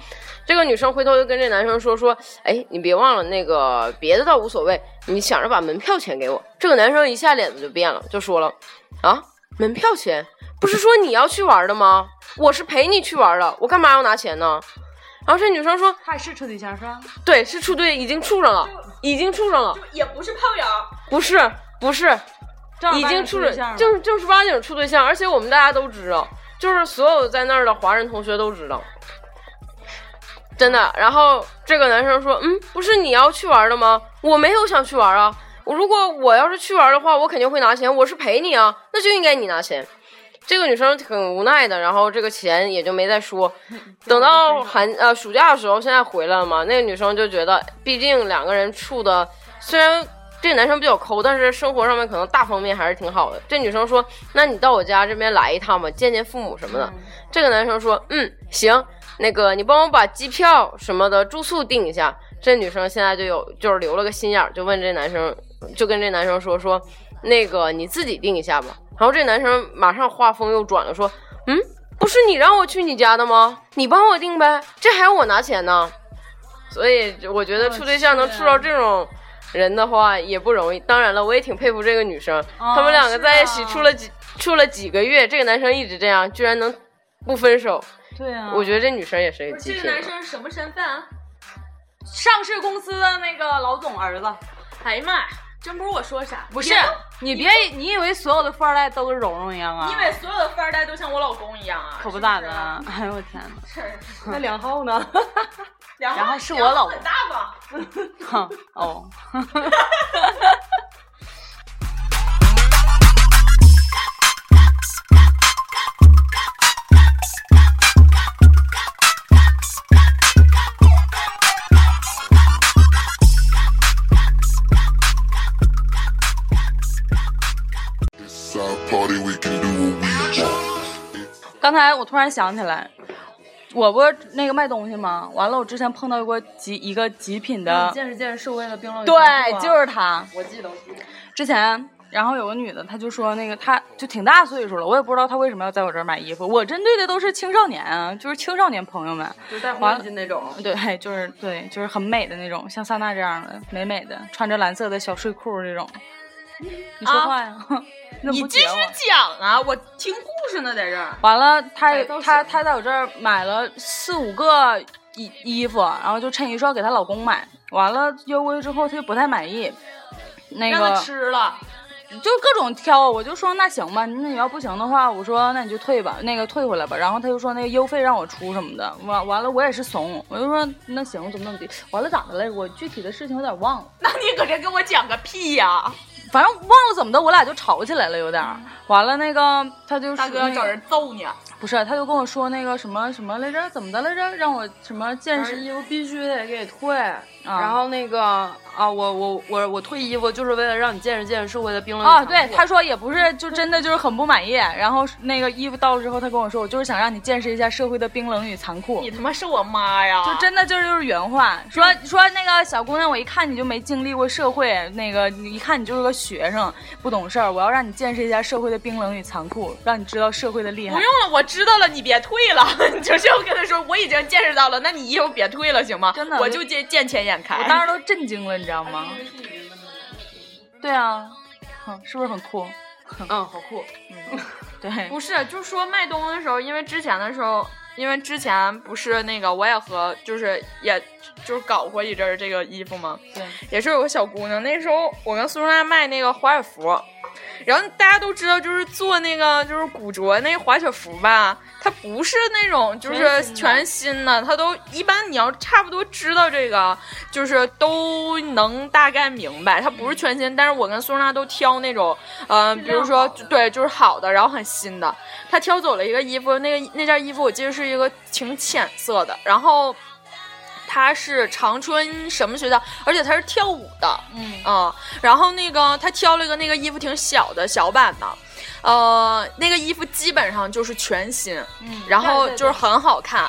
这个女生回头就跟这男生说说，哎，你别忘了那个别的倒无所谓，你想着把门票钱给我。这个男生一下脸子就变了，就说了，啊，门票钱不是说你要去玩的吗？我是陪你去玩的，我干嘛要拿钱呢？然后这女生说，
他也是处对象是吧？
对，是处对，已经处上了，已经处上了。
也不是炮友，
不是不是，
正儿八
已
经
经
处
处
对
对
象了，
就是正儿八经处对象，而且我们大家都知道，就是所有在那儿的华人同学都知道，真的。然后这个男生说：“嗯，不是你要去玩的吗？我没有想去玩啊。我如果我要是去玩的话，我肯定会拿钱，我是陪你啊，那就应该你拿钱。”这个女生挺无奈的，然后这个钱也就没再说。
嗯
等到寒呃暑假的时候，现在回来了嘛，那个女生就觉得，毕竟两个人处的虽然。这个男生比较抠，但是生活上面可能大方面还是挺好的。这女生说：“那你到我家这边来一趟吧，见见父母什么的。”这个男生说：“嗯，行，那个你帮我把机票什么的住宿定一下。”这女生现在就有就是留了个心眼儿，就问这男生，就跟这男生说说，那个你自己定一下吧。然后这男生马上话锋又转了，说：“嗯，不是你让我去你家的吗？你帮我定呗，这还要我拿钱呢。”所以我觉得处对
哦
象能处
啊
到这种。人的话也不容易。当然了，我也挺佩服这个女生，
哦
他们两个在一
是
起
啊
处了几处了几个月，这个男生一直这样，居然能不分手。
哦
对啊，
我觉得这女生也是一个极
这
品
个男
了。
生是什么身份啊？
上市公司的那个老总儿子，
哎呀妈呀，真不是我说啥，
不是你别你以为所有的富二代都跟蓉蓉一样啊？
因为所有的富二代都像我老公一样啊，
可不咋
是
的
是啊 (laughs)
啊，哎呦我天哪！
那梁浩呢？
然
然
后
后是我老公
很大方，
(laughs) 哼哦，刚才我突然想起来，我不是那个卖东西吗？完了，我之前碰到过极一个极品的，
见识见识，为了冰冷
对，就是他。
我记得，
之前，然后有个女的，她就说那个，她就挺大岁数了，我也不知道她为什么要在我这儿买衣服。我针对的都是青少年啊，就是青少年朋友们，
就是戴红领巾那种。
对，就是对，就是很美的那种，像萨娜这样的，美美的，穿着蓝色的小睡裤这种。你说话呀？ (laughs) 那
你
不
继
截
续
我
讲啊，我听故事呢，在这儿。
完了，他
改造
他
型
他在我这儿买了四五个衣衣服，然后就趁一说要给她老公买。完了邮过去之后，她就不太满意，那
让
个
他吃了，
就各种挑。我就说那行吧，那你要不行的话，我说那你就退吧，那个退回来吧。然后他就说那个邮费让我出什么的。完完了，我也是怂，我就说那行，怎么怎么地。完了咋的了？我具体的事情有点忘了。
(laughs) 那你搁这跟我讲个屁呀、
反正忘了怎么的，我俩就吵起来了，有点儿。完了，那个他就
大
说
哥要
那
找
个
人揍你啊，
不是，他就跟我说那个什么什么来着，怎么的来着，让我什么见
但
识
是衣服必须得给退，
啊
然后那个啊，我我我我退衣服就是为了让你见识见识为了冰冷
哦
啊，
与残酷
对，他说也不是，就真的就是很不满意。然后那个衣服到了之后，他跟我说，我就是想让你见识一下社会的冰冷与残酷
你。他嗯妈是我妈呀！
就真的就是就是原话，说说那个小姑娘，我一看你就没经历过社会，那个你一看你就是个学生，不懂事儿。我要让你见识一下社会的冰冷与残酷，让你知道社会的厉害
不。用了，我知道了，你别退 (laughs) 了。你就是我跟他说，我已经见识到了，那你以后别退了，行吗？
真的
我就见见钱眼
我
开。
当时都震惊了，你知道吗？对啊，哼，是不是很酷？
嗯，好酷，
对，
不是，就是说卖东西的时候，因为之前的时候，因为之前不是那个我也和就是也就是搞过一阵儿这个衣服嘛，
对，
也是有个小姑娘，那时候我跟苏珊娜卖那个滑雪服。然后大家都知道，就是做那个就是古着那个滑雪服吧，它不是那种就是全新的，它都一般你要差不多知道这个，就是都能大概明白，它不是全新。但是我跟苏珊娜都挑那种，嗯、比如说就对，就是好的，然后很新的。她挑走了一个衣服，那个那件衣服我记得是一个挺浅色的，然后。她是长春什么学校？而且她是跳舞的，
嗯
嗯，然后那个他挑了一个那个衣服挺小的小版的，呃，那个衣服基本上就是全新，
嗯
然后
对对
就是很好看。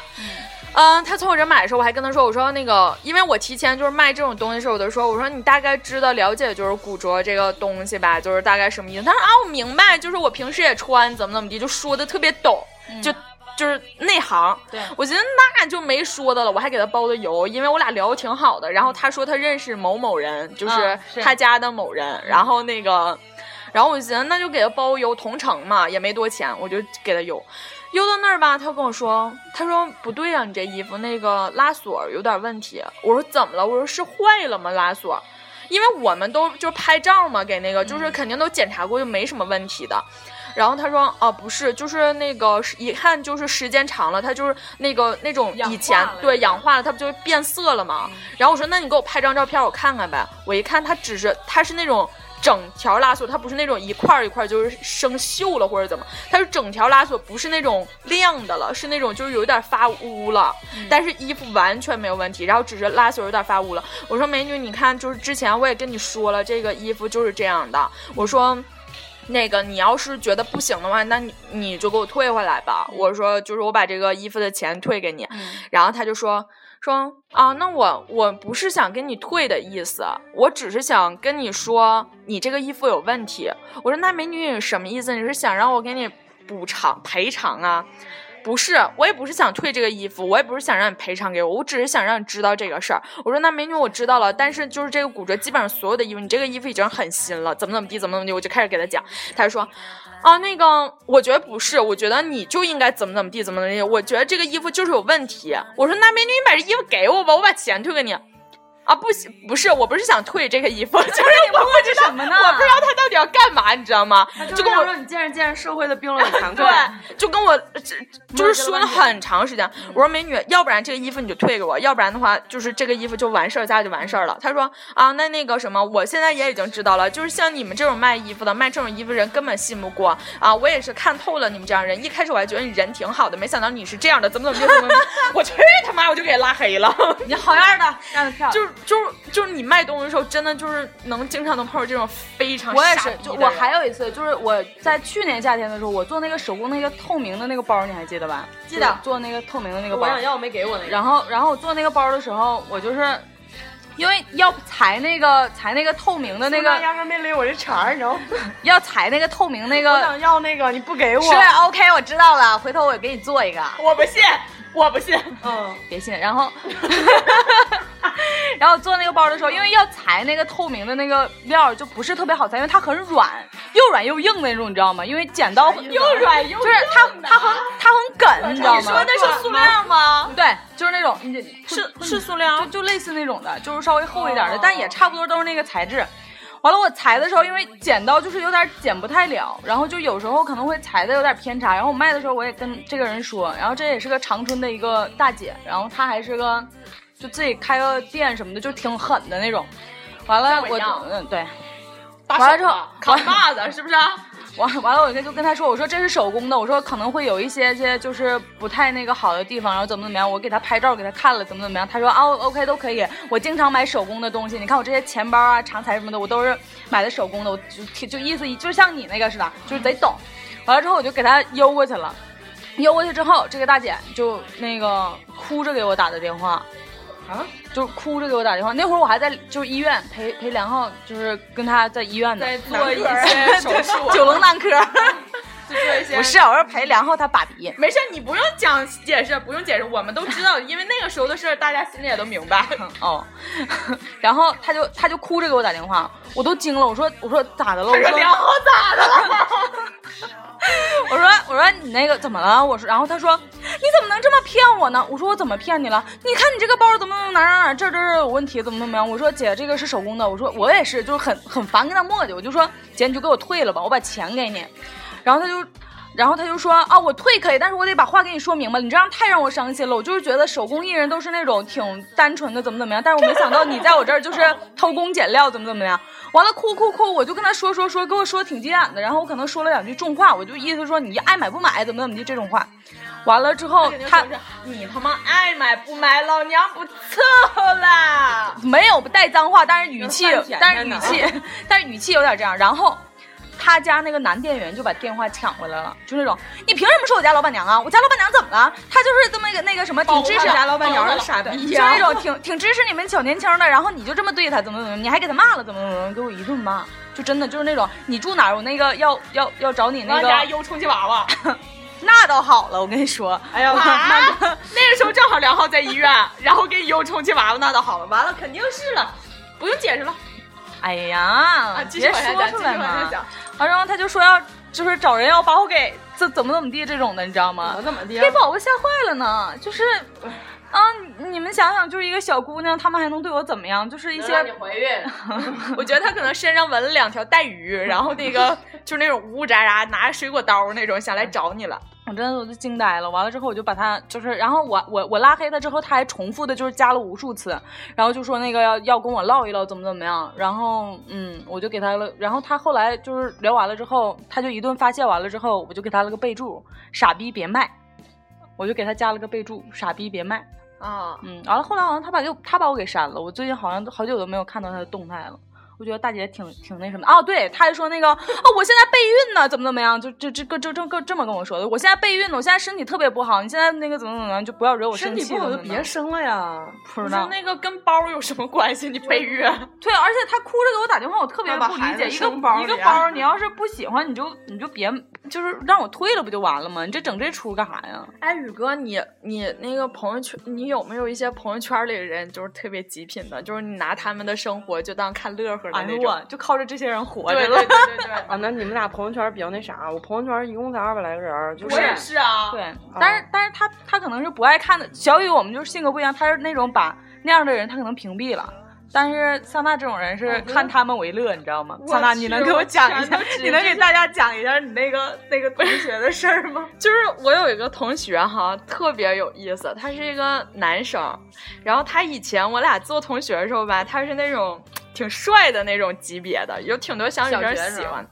嗯，他从我这买的时候，我还跟他说，我说那个，因为我提前就是卖这种东西的时候，我就说，我说你大概知道了解就是古着这个东西吧，就是大概什么意思。他说啊，我明白，就是我平时也穿，怎么怎么地，就说的特别懂，就就是内行。
对
我觉得那就没说的了，我还给他包的邮，因为我俩聊的挺好的。然后他说他认识某某人，就是
嗯是
他家的某人，然后那个，然后我就寻思那就给他包邮，同城嘛，也没多钱，我就给他邮。邮到那儿吧，他跟我说，他说不对啊呀、你这衣服那个拉锁有点问题。我说怎么了？我说是坏了吗？拉锁？因为我们都就是拍照嘛，给那个
嗯
就是肯定都检查过，就没什么问题的。然后他说哦，不是，就是那个是一看就是时间长了，它就是那个那种以前对氧化了，它不嗯就变色了吗？然后我说那你给我拍张照片我看看呗。我一看，它只是它是那种整条拉锁，它不是那种一块儿一块儿就是生锈了或者怎么，它是整条拉锁，不是那种亮的了，是那种就是有点发乌了，但是衣服完全没有问题，然后只是拉锁有点发乌了。我说美女，你看，就是之前我也跟你说了，这个衣服就是这样的，我说。那个，你要是觉得不行的话，那你你就给我退回来
嗯
吧。我说，就是我把这个衣服的钱退给你。然后他就说说啊，那我我不是想跟你退的意思，我只是想跟你说你这个衣服有问题。我说那美女什么意思？你是想让我给你补偿赔偿啊？不是，我也不是想退这个衣服，我也不是想让你赔偿给我，我只是想让你知道这个事儿。我说那美女，我知道了，但是就是这个骨折，基本上所有的衣服，你这个衣服已经很新了，怎么怎么地，怎么怎么地，我就开始给他讲，他就说。啊，那个，我觉得不是，我觉得你就应该怎么怎么地，怎么怎么地。我觉得这个衣服就是有问题。我说那美女，你把这衣服给我吧，我把钱退给你。啊，不行，不是，我不是想退这个衣服， (laughs) 就是我不知道
什么呢
我不知道他到底要干嘛，你知道吗？就跟我
让你见识见识社会的 (laughs) 冰冷残酷。
对，就跟我这就是说了很长时间。
嗯
我说美女，要不然这个衣服你就退给我，要不然的话就是这个衣服就完事儿，咱俩就完事儿了。他说啊，那那个什么，我现在也已经知道了，就是像你们这种卖衣服的，卖这种衣服人根本信不过啊。我也是看透了你们这样人，一开始我还觉得你人挺好的，没想到你是这样的，怎么怎么地 (laughs) 怎么怎么地，我去他妈，我就给拉黑了。
你好样的，干得漂亮。
就是就是就是你卖东西的时候，真的就是能经常能碰到这种非常
我也
傻
是，
逼
就
的
我
人
还有一次，就是我在去年夏天的时候，我做那个手工那个透明的那个包，你还记得吧？
记得
做那个透明的那个包
我。想要没给我那个，
然后，然后我做那个包的时候，我就是因为要裁那个裁那个透明的那
那个
个，
压根没理我这茬儿，你知道吗？
要裁那个透明那
我
个。
想要那个，你不给我。
是 OK，我知道了，回头我给你做一个。
我不信，我不信。
嗯，
别信。然后， (laughs) 然后做那个包的时候，因为要裁那个透明的那个料，就不是特别好裁，因为它很软，又软又硬的那种，你知道吗？因为剪刀又软又就是它它很它很梗，你知道吗？
啊你说那是塑料
(laughs)
吗？
对，就是那种你
是是塑料哦
就就类似那种的，就是稍微厚一点的，但也差不多都是那个材质。完了，我裁的时候，因为剪刀就是有点剪不太了，然后就有时候可能会裁的有点偏差。然后我卖的时候，我也跟这个人说，然后这也是个长春的一个大姐，然后她还是个就自己开个店什么的，就挺狠的那种。完了，
我
我
一样
嗯对，
完了之
手
后
啊
扛把子是不是啊？
完完了，我就就跟他说，我说这是手工的，我说可能会有一些些就是不太那个好的地方，然后怎么怎么样，我给他拍照给他看了，怎么怎么样，他说啊，OK 都可以，我经常买手工的东西，你看我这些钱包啊、长财什么的，我都是买的手工的，我就挺就意思一就像你那个似的，就是得懂。完了之后我就给他邮过去了，邮过去之后，这个大姐就那个哭着给我打的电话，
啊，
就哭着给我打电话。那会儿我还在就是医院陪陪梁浩，就是跟他在医院呢，
在做一些手术啊
(laughs) 九龙男科。
(laughs) 就做一些。
(laughs) 不是，我是陪梁浩他爸比。
没事，你不用讲解释，不用解释，我们都知道，因为那个时候的事儿，大家心里也都明
(laughs)
白。
哦，然后他就他就哭着给我打电话，我都惊了，我说我说咋的了？我
这
说
梁浩咋的了？
(laughs) 我说我说你那个怎么了？我说，然后他说你怎么能这么骗我呢？我说我怎么骗你了？你看你这个包怎么怎么哪儿哪儿哪儿这儿这儿这儿有问题，怎么怎么样？我说姐，这个是手工的。我说我也是，就是很很烦跟他磨叽，我就说姐你就给我退了吧，我把钱给你。然后他就。然后他就说啊，我退可以，但是我得把话给你说明白，你这样太让我伤心了。我就是觉得手工艺人都是那种挺单纯的，怎么怎么样，但是我没想到你在我这儿就是偷工减料，怎么怎么样。完了，哭哭哭，我就跟他说说说，给我说挺急眼的。然后我可能说了两句重话，我就意思说你爱买不买，怎么怎么地这种话。完了之后，他
你他妈爱买不买，老娘不伺候啦！
没有不带脏话，但是语气
就是犯，
但
甜
是语
的
气， (laughs) 但是语气有点这样。然后他家那个男店员就把电话抢回来了，就那种你凭什么说我家老板娘啊？我家老板娘怎么了？她就是这么一个那个什么，挺支持
我家老板娘
包括
是傻逼
对就
呀
那种
(laughs)
挺挺支持你们小年轻的，然后你就这么对她，怎么怎么，你还给她骂了，怎么怎么，给我一顿骂，就真的就是那种你住哪儿，我那个要要要找你那
我家
个，
邮充气娃
(laughs)
娃，
那倒好了，我跟你说，
哎呀，那个时候正好梁浩在医院，然后给你邮充气娃娃，那倒好了，完了肯定是了，不用解释了
(laughs) 哎呀，
啊！继续
别
往下
说
讲，继
出
续
来
往
嘛
下。讲。
啊，然后他就说要就是找人要把我给这怎么怎么地这种的，你知道
嗯
吗？
怎么的？
给宝宝吓坏了呢，就是。啊，你们想想，就是一个小姑娘，他们还能对我怎么样？就是一些
怀孕，
(laughs) 我觉得他可能身上纹了两条带鱼，然后那个就是那种呜呜喳喳拿着水果刀那种想来找你了。
我真的我就惊呆了。完了之后我就把他就是，然后我我我拉黑他之后，他还重复的就是加了无数次，然后就说那个要要跟我唠一唠怎么怎么样。然后嗯，我就给他了。然后他后来就是聊完了之后，他就一顿发泄完了之后，我就给他了个备注：傻逼别卖。我就给他加了个备注：傻逼别卖。
啊，
嗯，完了后来好像他把给我他把我给删了，我最近好像好久都没有看到他的动态了。我觉得大姐挺挺那什么的哦，对，她还说那个哦，我现在备孕呢，怎么怎么样，就就这个这这这这么跟我说的，我现在备孕呢，我现在身体特别不好，你现在那个怎么怎么样，就不要惹我
身
生
体
气
不
了。
好就
怎么
别
的
生了呀。
不
不知
是
道
那个跟包有什么关系？你备孕，
(laughs) 对，而且她哭着给我打电话，我特别
把
不理
孩子
解，一个
生包
一
里
个
啊
(laughs)
包，你要是不喜欢，你就你就别就是让我退了不就完了吗？你这整这出干啥呀？
哎，宇哥，你你那个朋友圈，你有没有一些朋友圈里的人就是特别极品的，就是你拿他们的生活就当看乐呵的
哎
那
呦
种？
我就靠着这些人活
对
着
对
了。
对对对，
(laughs) 啊，那你们俩朋友圈比较那啥，我朋友圈一共才二百来个人儿，就是
我也是啊。
对，但是但是他他可能是不爱看的。小雨我们就是性格不一样，他是那种把那样的人他可能屏蔽了。但是像娜这种人是看他们为乐，你知道吗？
我
像娜，
去
你能给我讲一
我全
下
都知？
你能给大家讲一下你那个那个同学的事儿吗？
(laughs) 就是我有一个同学哈，特别有意思，他是一个男生，然后他以前我俩做同学的时候吧，他是那种挺帅的那种级别的，有挺多小女生喜欢，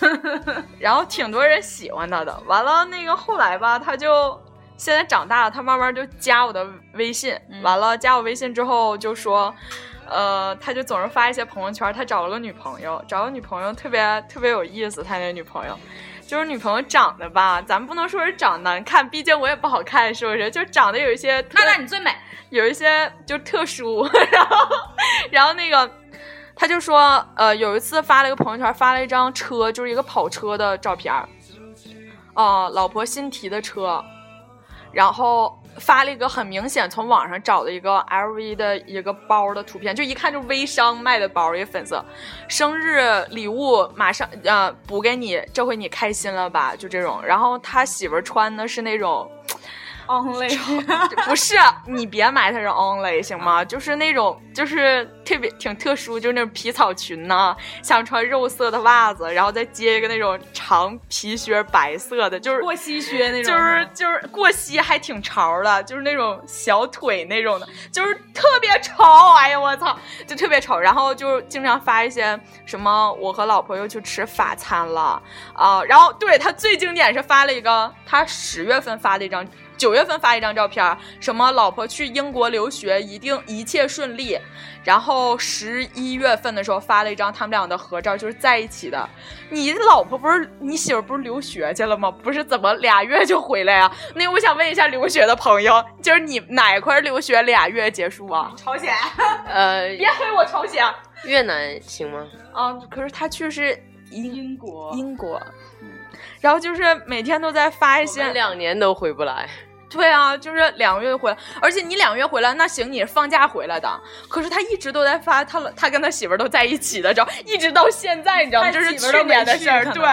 (laughs) 然后挺多人喜欢他的。完了那个后来吧，他就现在长大了，他慢慢就加我的微信，完了加我微信之后就说。呃，他就总是发一些朋友圈，他找了个女朋友，找个女朋友特别特别有意思，他那女朋友，就是女朋友长得吧，咱不能说是长得难看，毕竟我也不好看，是不是？就长得有一些特，
你最美。
有一些就特殊， (laughs) 然后，然后那个。他就说，呃，有一次发了一个朋友圈，发了一张车，就是一个跑车的照片儿，哦、老婆新提的车，然后发了一个很明显从网上找的一个 LV 的一个包的图片，就一看就是微商卖的包，一个粉色，生日礼物马上呃补给你，这回你开心了吧？就这种。然后他媳妇儿穿的是那种 (laughs) only，不
(laughs)
是啊你别埋汰是 only 行吗？就是那种就是特别挺特殊，就是那种皮草裙呐、想穿肉色的袜子，然后再接一个那种长皮靴，白色的，就是
过膝靴那种
就是就是过膝还挺潮的，就是那种小腿那种的，就是特别潮。哎呀，我操，就特别潮。然后就是经常发一些什么，我和老婆又去吃法餐了啊、然后对他最经典是发了一个，他十月份发的一张。九月份发一张照片，什么老婆去英国留学，一定一切顺利。然后十一月份的时候发了一张他们俩的合照，就是在一起的。你老婆不是你媳妇不是留学去了吗？不是怎么俩月就回来啊？那我想问一下留学的朋友，就是你哪块儿留学俩月结束啊？
朝鲜，
呃，
别黑我朝鲜啊！
越南行吗？
哦可是他去是英
英国
英国，然后就是每天都在发一
我们
些，
两年都回不来。
对啊，就是两个月回来，而且你两个月回来，那行你是放假回来的，可是他一直都在发他他跟他媳妇儿都在一起的照，一直到现在，你知道吗？这是去年的事儿，对，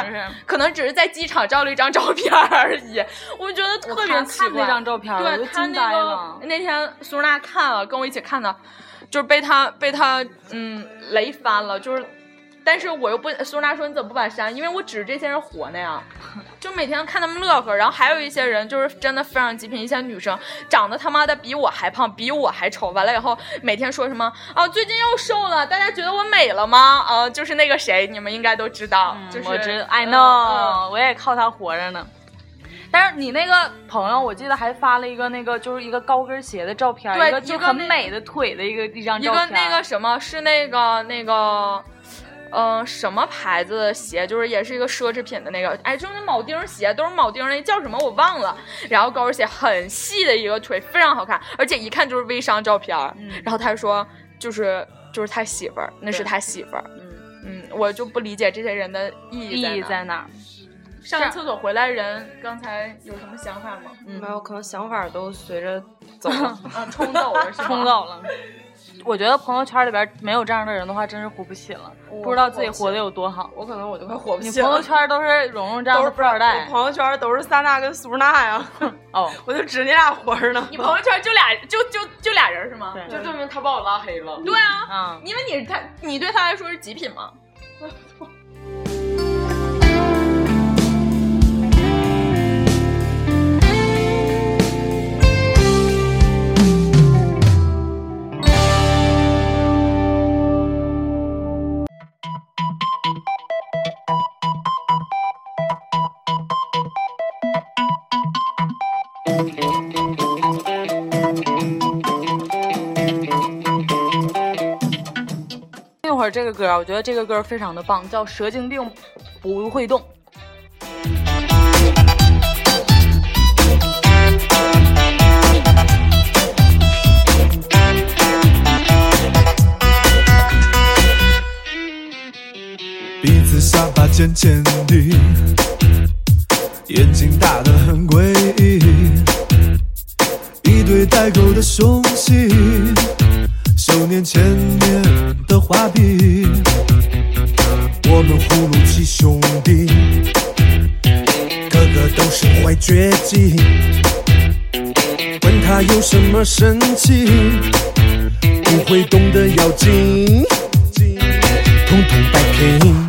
可能只是在机场照了一张照片儿而已，我觉得特别奇
看
怪。
那张照片，我就
对他
惊
那
呆
个
了。
那天苏娜看了，跟我一起看的，就是被他被他嗯雷翻了，就是，但是我又不苏娜说你怎么不把删？因为我指着这些人活呢
(laughs)
呀，就每天看他们乐呵。然后还有一些人就是真的非常极品，一些女生长得他妈的比我还胖，比我还丑。完了以后每天说什么啊，最近又瘦了，大家觉得我美了吗？啊，就是那个谁，你们应该都知道，就是
嗯我知
爱
，I
闹。嗯
know，我也靠他活着呢。但是你那个朋友，我记得还发了一个那个，就是一个高跟鞋的照片，
对
一个
一
就
个
很
那个
美的腿的一个一张
一
照
个
片，
(laughs) 那个什么是那个那个，呃，什么牌子的鞋，就是也是一个奢侈品的那个，哎，就是那铆钉鞋，都是铆钉儿那叫什么我忘了。然后高跟鞋很细的一个腿，非常好看，而且一看就是微商照片儿。然后他说，就是就是他媳妇儿，那是
嗯对
他媳妇儿。
嗯
嗯，我就不理解这些人的意义
意
在哪
义在哪儿？
上完厕所回来 (laughs) 人刚才有什么想法吗？
嗯
没有，可能想法都随着走了。
啊，冲走了是吗？
冲到了。我觉得朋友圈里边没有这样的人的话，真是活不起了，不知道自己活得有多好。
我可能我就快活不
你
下
朋友圈都是蓉蓉这样的富二代
朋友圈都是萨娜跟苏娜呀，
(laughs) 哦，
我就指你俩活着呢。
你朋友圈就俩就就就俩人是吗？
对
就证明他把我拉黑了。
对啊，
嗯，
因为你他，你对他来说是极品吗？
会儿这个歌，我觉得这个歌非常的棒，叫《蛇精病不会动》。
鼻子下巴尖尖的，眼睛大得很诡异，一对带钩的凶器，修年前面的画笔。我们葫芦七兄弟，个个都是坏绝技，问他有什么神奇，不会动的妖精。统统摆平。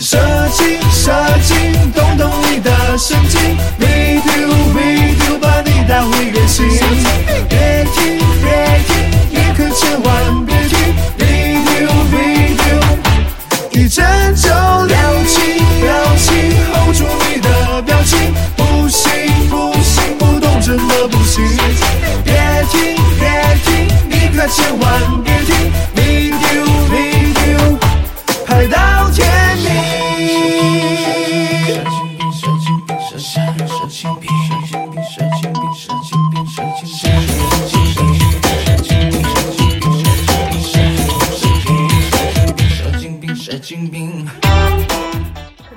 蛇精蛇精，动动你的神经，me too me too，把你打回原形。别听别听，你可千万别听，me too me too，一针就了情了情，hold 住你的表情，不行不行，不动真的不行。别听别听，你可千万别听，me too me too。海到天明。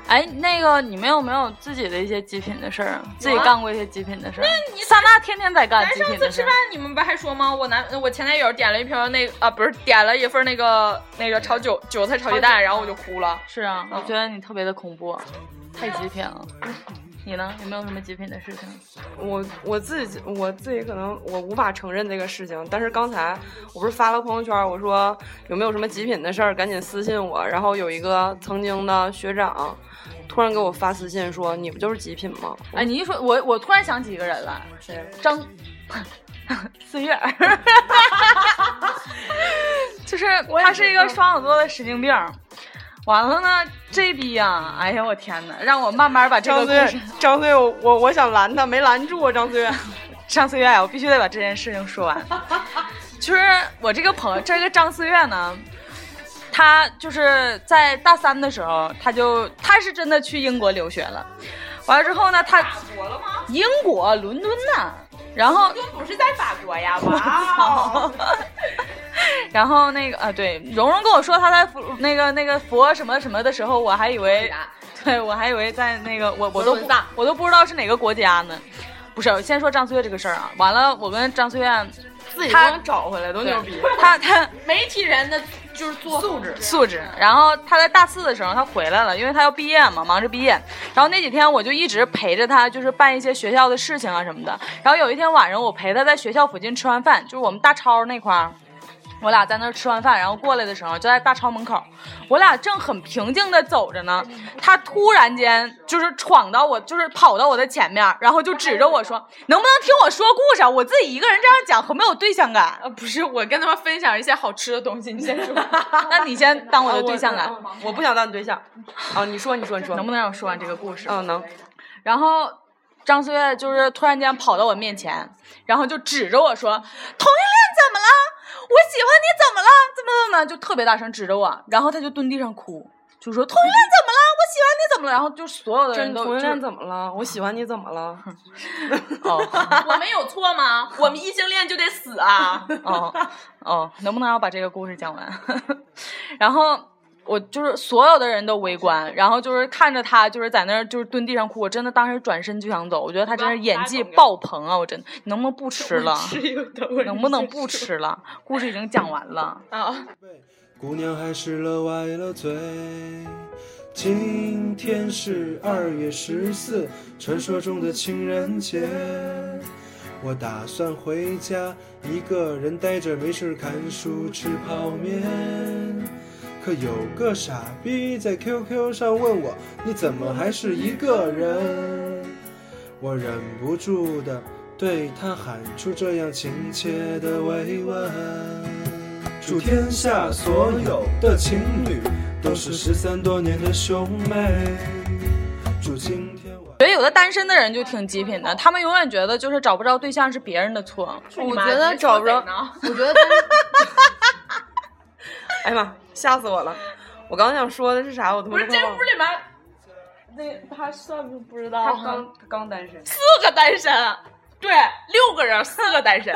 哎，那个你们有没有自己的一些极品的事儿啊？自己干过一些极品的事儿？那萨娜天天在干
咱
极
上
品
次
的事
吃
儿
饭。你们不还说吗？我男我前男友点了一瓶那个啊，不是点了一份那个那个炒韭韭菜炒鸡蛋，然后我就哭了。
是啊，我觉得你特别的恐怖，太极品了。你呢？有没有什么极品的事情？
我我自己我自己可能我无法承认这个事情，但是刚才我不是发了朋友圈，我说有没有什么极品的事儿，赶紧私信我。然后有一个曾经的学长突然给我发私信说：“你不就是极品吗
哎，你一说，我我突然想起一个人来，谁？张 (laughs) 四月， (laughs) 就是他是一个双子座的神经病。完了呢，这逼呀、哎呀，我天哪！让我慢慢把？”这个
张
故
思
事
月，张思月，我我我想拦他，没拦住啊，张思月。
张思月，我必须得把这件事情说完。就是我这个朋友，这个张思月呢，他就是在大三的时候，他就他是真的去英国留学了。完了之后呢，他英国伦敦呐、然后
不是在法国呀，哦
(laughs) 操！然后那个啊，对，蓉蓉跟我说她在佛那个那个佛什么什么的时候，我还以为，对我还以为在那个我我都不我都不知道是哪个国家呢。不是，先说张岁月这个事儿啊。完了，我跟张岁月啊
自己
他
光找回来多牛逼！
(laughs) 他他
媒体人的就是做素质，
素质。然后他在大四的时候他回来了，因为他要毕业嘛，忙着毕业。然后那几天我就一直陪着他，就是办一些学校的事情啊什么的。然后有一天晚上，我陪他在学校附近吃完饭，就是我们大超那块儿。我俩在那儿吃完饭，然后过来的时候就在大超门口，我俩正很平静的走着呢，他突然间就是闯到我，就是跑到我的前面，然后就指着我说：“能不能听我说故事啊？我自己一个人这样讲很没有对象感。”
呃，不是，我跟他们分享一些好吃的东西，你先说。
(laughs)
啊
那你先当我的对象来，
我不想当你对象。
哦
啊，你说，你说，你说，
能不能让我说完这个故事？
嗯，能。
然后张岁月就是突然间跑到我面前，然后就指着我说：“同性恋怎么了？我喜欢你怎么了？怎么怎么？”就特别大声指着我，然后他就蹲地上哭，就说：“同性恋怎么了？我喜欢你怎么了？”然后就所有的人
真
都
同性
就
恋怎么了？我喜欢你怎么了？
(laughs) 哦
我们有错
(laughs)
吗？我们异性恋就得死啊！
哦哦，能不能让我把这个故事讲完？ (laughs) 然后我就是所有的人都围观，然后就是看着他就是在那儿就是蹲地上哭，我真的当时转身就想走，我觉得他真是演技爆棚啊！我真的，你能不能不吃了？能不能不吃了？故事已经讲完了。
姑娘还是乐歪了嘴。今天是二月十四，传说中的情人节。我打算回家，一个人呆着没事儿看书吃泡面。可有个傻逼在 QQ 上问我，你怎么还是一个人？我忍不住的对他喊出这样亲切的慰问。祝天下所有的情侣都是失散多年的兄妹。祝今天晚。
觉得有的单身的人就挺极品的，
嗯
他们永远觉得就是找不着对象是别人的错。
我
觉得找不着
呢。
我觉得单，哎呀妈，吓死我了！我刚想说的是啥，我他
不
妈
是
都
这
快忘
屋
了。
里面
那他算不不知道？他刚他刚单身。
四个单身，对，六个人，四个单身，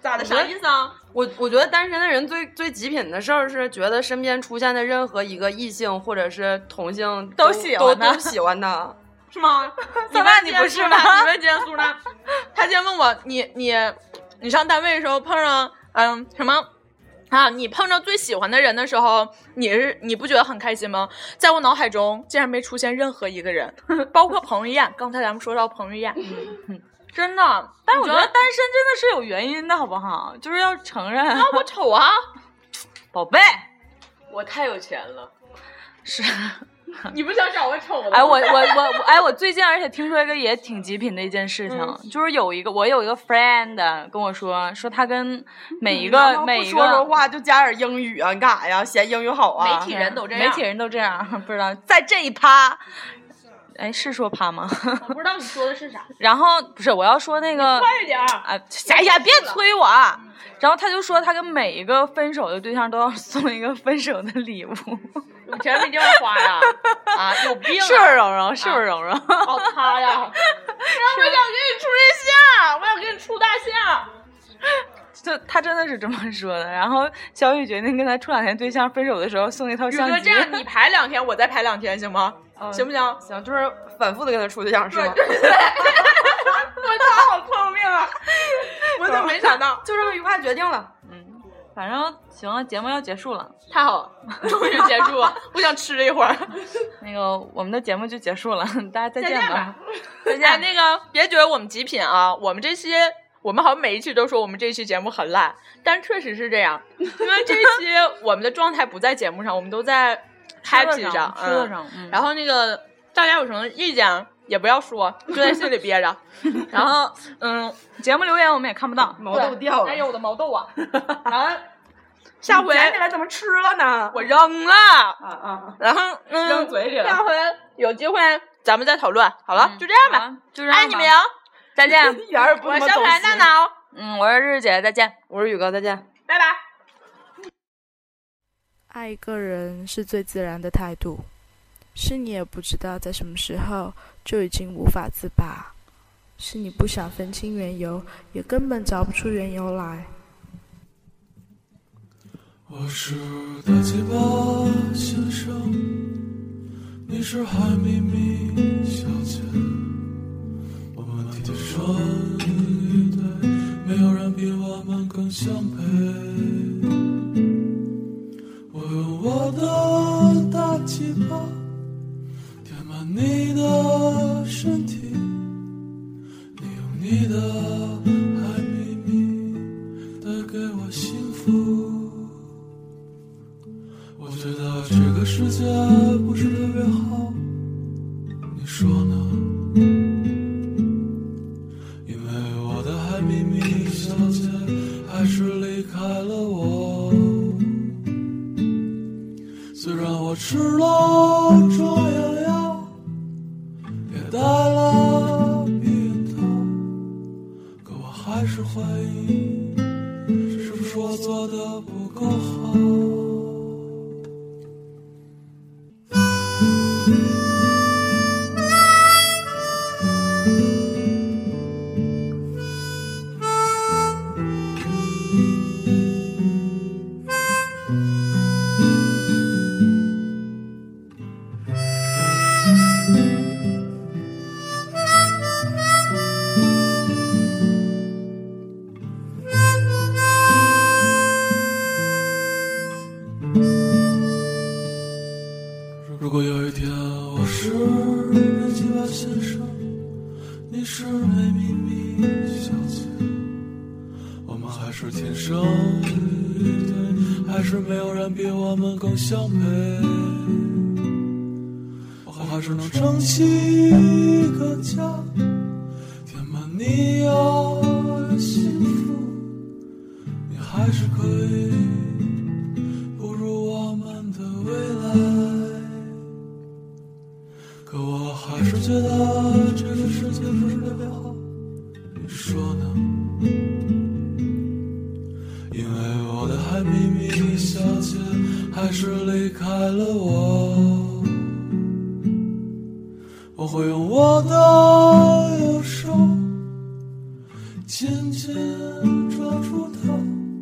咋的？啥意思啊？
我我觉得单身的人最最极品的事儿是，觉得身边出现的任何一个异性或者是同性
都
都
喜
都
欢他
都喜欢他。
是
(laughs)
吗？你问你不是吧？你问今天苏娜，他今天问我，你你你上单位的时候碰上嗯什么？啊，你碰着最喜欢的人的时候，你是你不觉得很开心吗？在我脑海中竟然没出现任何一个人，包括彭于晏。刚才咱们说到彭于晏，真的，
但我觉得
你
单身真的是有原因的，好不好？就是要承认。
啊，我丑啊，
宝贝，
我太有钱了，
是，
你不想找个丑的吗？
(laughs) 哎，我我我
(laughs)
我，哎，我最近而且听说一个也挺极品的一件事情，
嗯
就是有一个我有一个 friend 跟我说，说他跟每一个、每一
说说
个
话就加点英语啊，你干啥呀？嫌英语好啊？
媒体人都这样
媒体人都这样，不知道在这一趴，哎，是说趴吗？ (laughs)
我不知道你说的是啥，
然后不是我要说那个，
快点儿！
啊，哎呀，别催我啊！然后他就说，他跟每一个分手的对象都要送一个分手的礼物。
有钱没地方花呀，啊，有病啊！
是不是蓉蓉？是不是蓉蓉？
好塌呀！我想给你处对象，我想给你处大象。
就他真的是这么说的。然后小雨决定跟他处两天对象，分手的时候送一套
宇
相
哥，
机
这。样你排两天，我再排两天，行
(laughs)
吗？行不行？
行，就是反复的跟他处对象是吗？
我操，好聪明啊！我怎么没想到？
就这么愉快决定了。
反正行了，节目要结束了，
太好了，终于结束了。我想吃一会儿。
那个我们的节目就结束了，大家再见吧。
(laughs) 再见。哎那个，别觉得我们极品啊，我们这些。我们好像每一期都说我们这期节目很烂，但确实是这
(laughs)
样，因为这一期我们的状态不在节目上，我们都在 happy 上，
吃得
嗯
上，嗯
然后那个大家有什么意见也不要说，就在心里憋
(laughs)
着。然后嗯，
节目留言我们也看不到。
毛豆掉了，
哎呦我的毛豆
(laughs)
啊！啊，下回
捡起来怎么吃了呢？
我扔了，
啊啊，
然后嗯，
扔嘴里
下
了。嗯
回有机会咱们再讨论。好了，就这样吧，
啊
好，就这样吧。
爱你们，哦，
再见。
(laughs) 一点儿也不
我
他
是
妈
小
走
凯娜
心。
娜哦，
嗯，我是日日姐，再见。
我是宇哥，再见。
拜拜。
爱一个人是最自然的态度，是你也不知道在什么时候就已经无法自拔，是你不想分清缘由，也根本找不出缘由来。
我是大鸡巴先生，你是海咪咪小姐，我们体成一对，没有人比我们更相配。我用我的大鸡巴填满你的身体，你用你的海咪咪带给我幸福。我觉得这个世界不是特别好，你说呢？因为我的海咪咪小姐还是离开了我。虽然我吃了壮阳药，也戴了避孕套，可我还是怀疑，是不是我做的不够好？如果有一天我是那鸡巴先生，你是美咪咪小姐，我们还是天生一对，还是没有人比我们更相配。我还是能撑起一个家，填满你要的幸福，你还是可以。不如我们的未来。可我还是觉得这个世界不是特别好，你说呢？因为我的海
还秘密地相信，还是离开了我。我会用我的右手，紧紧。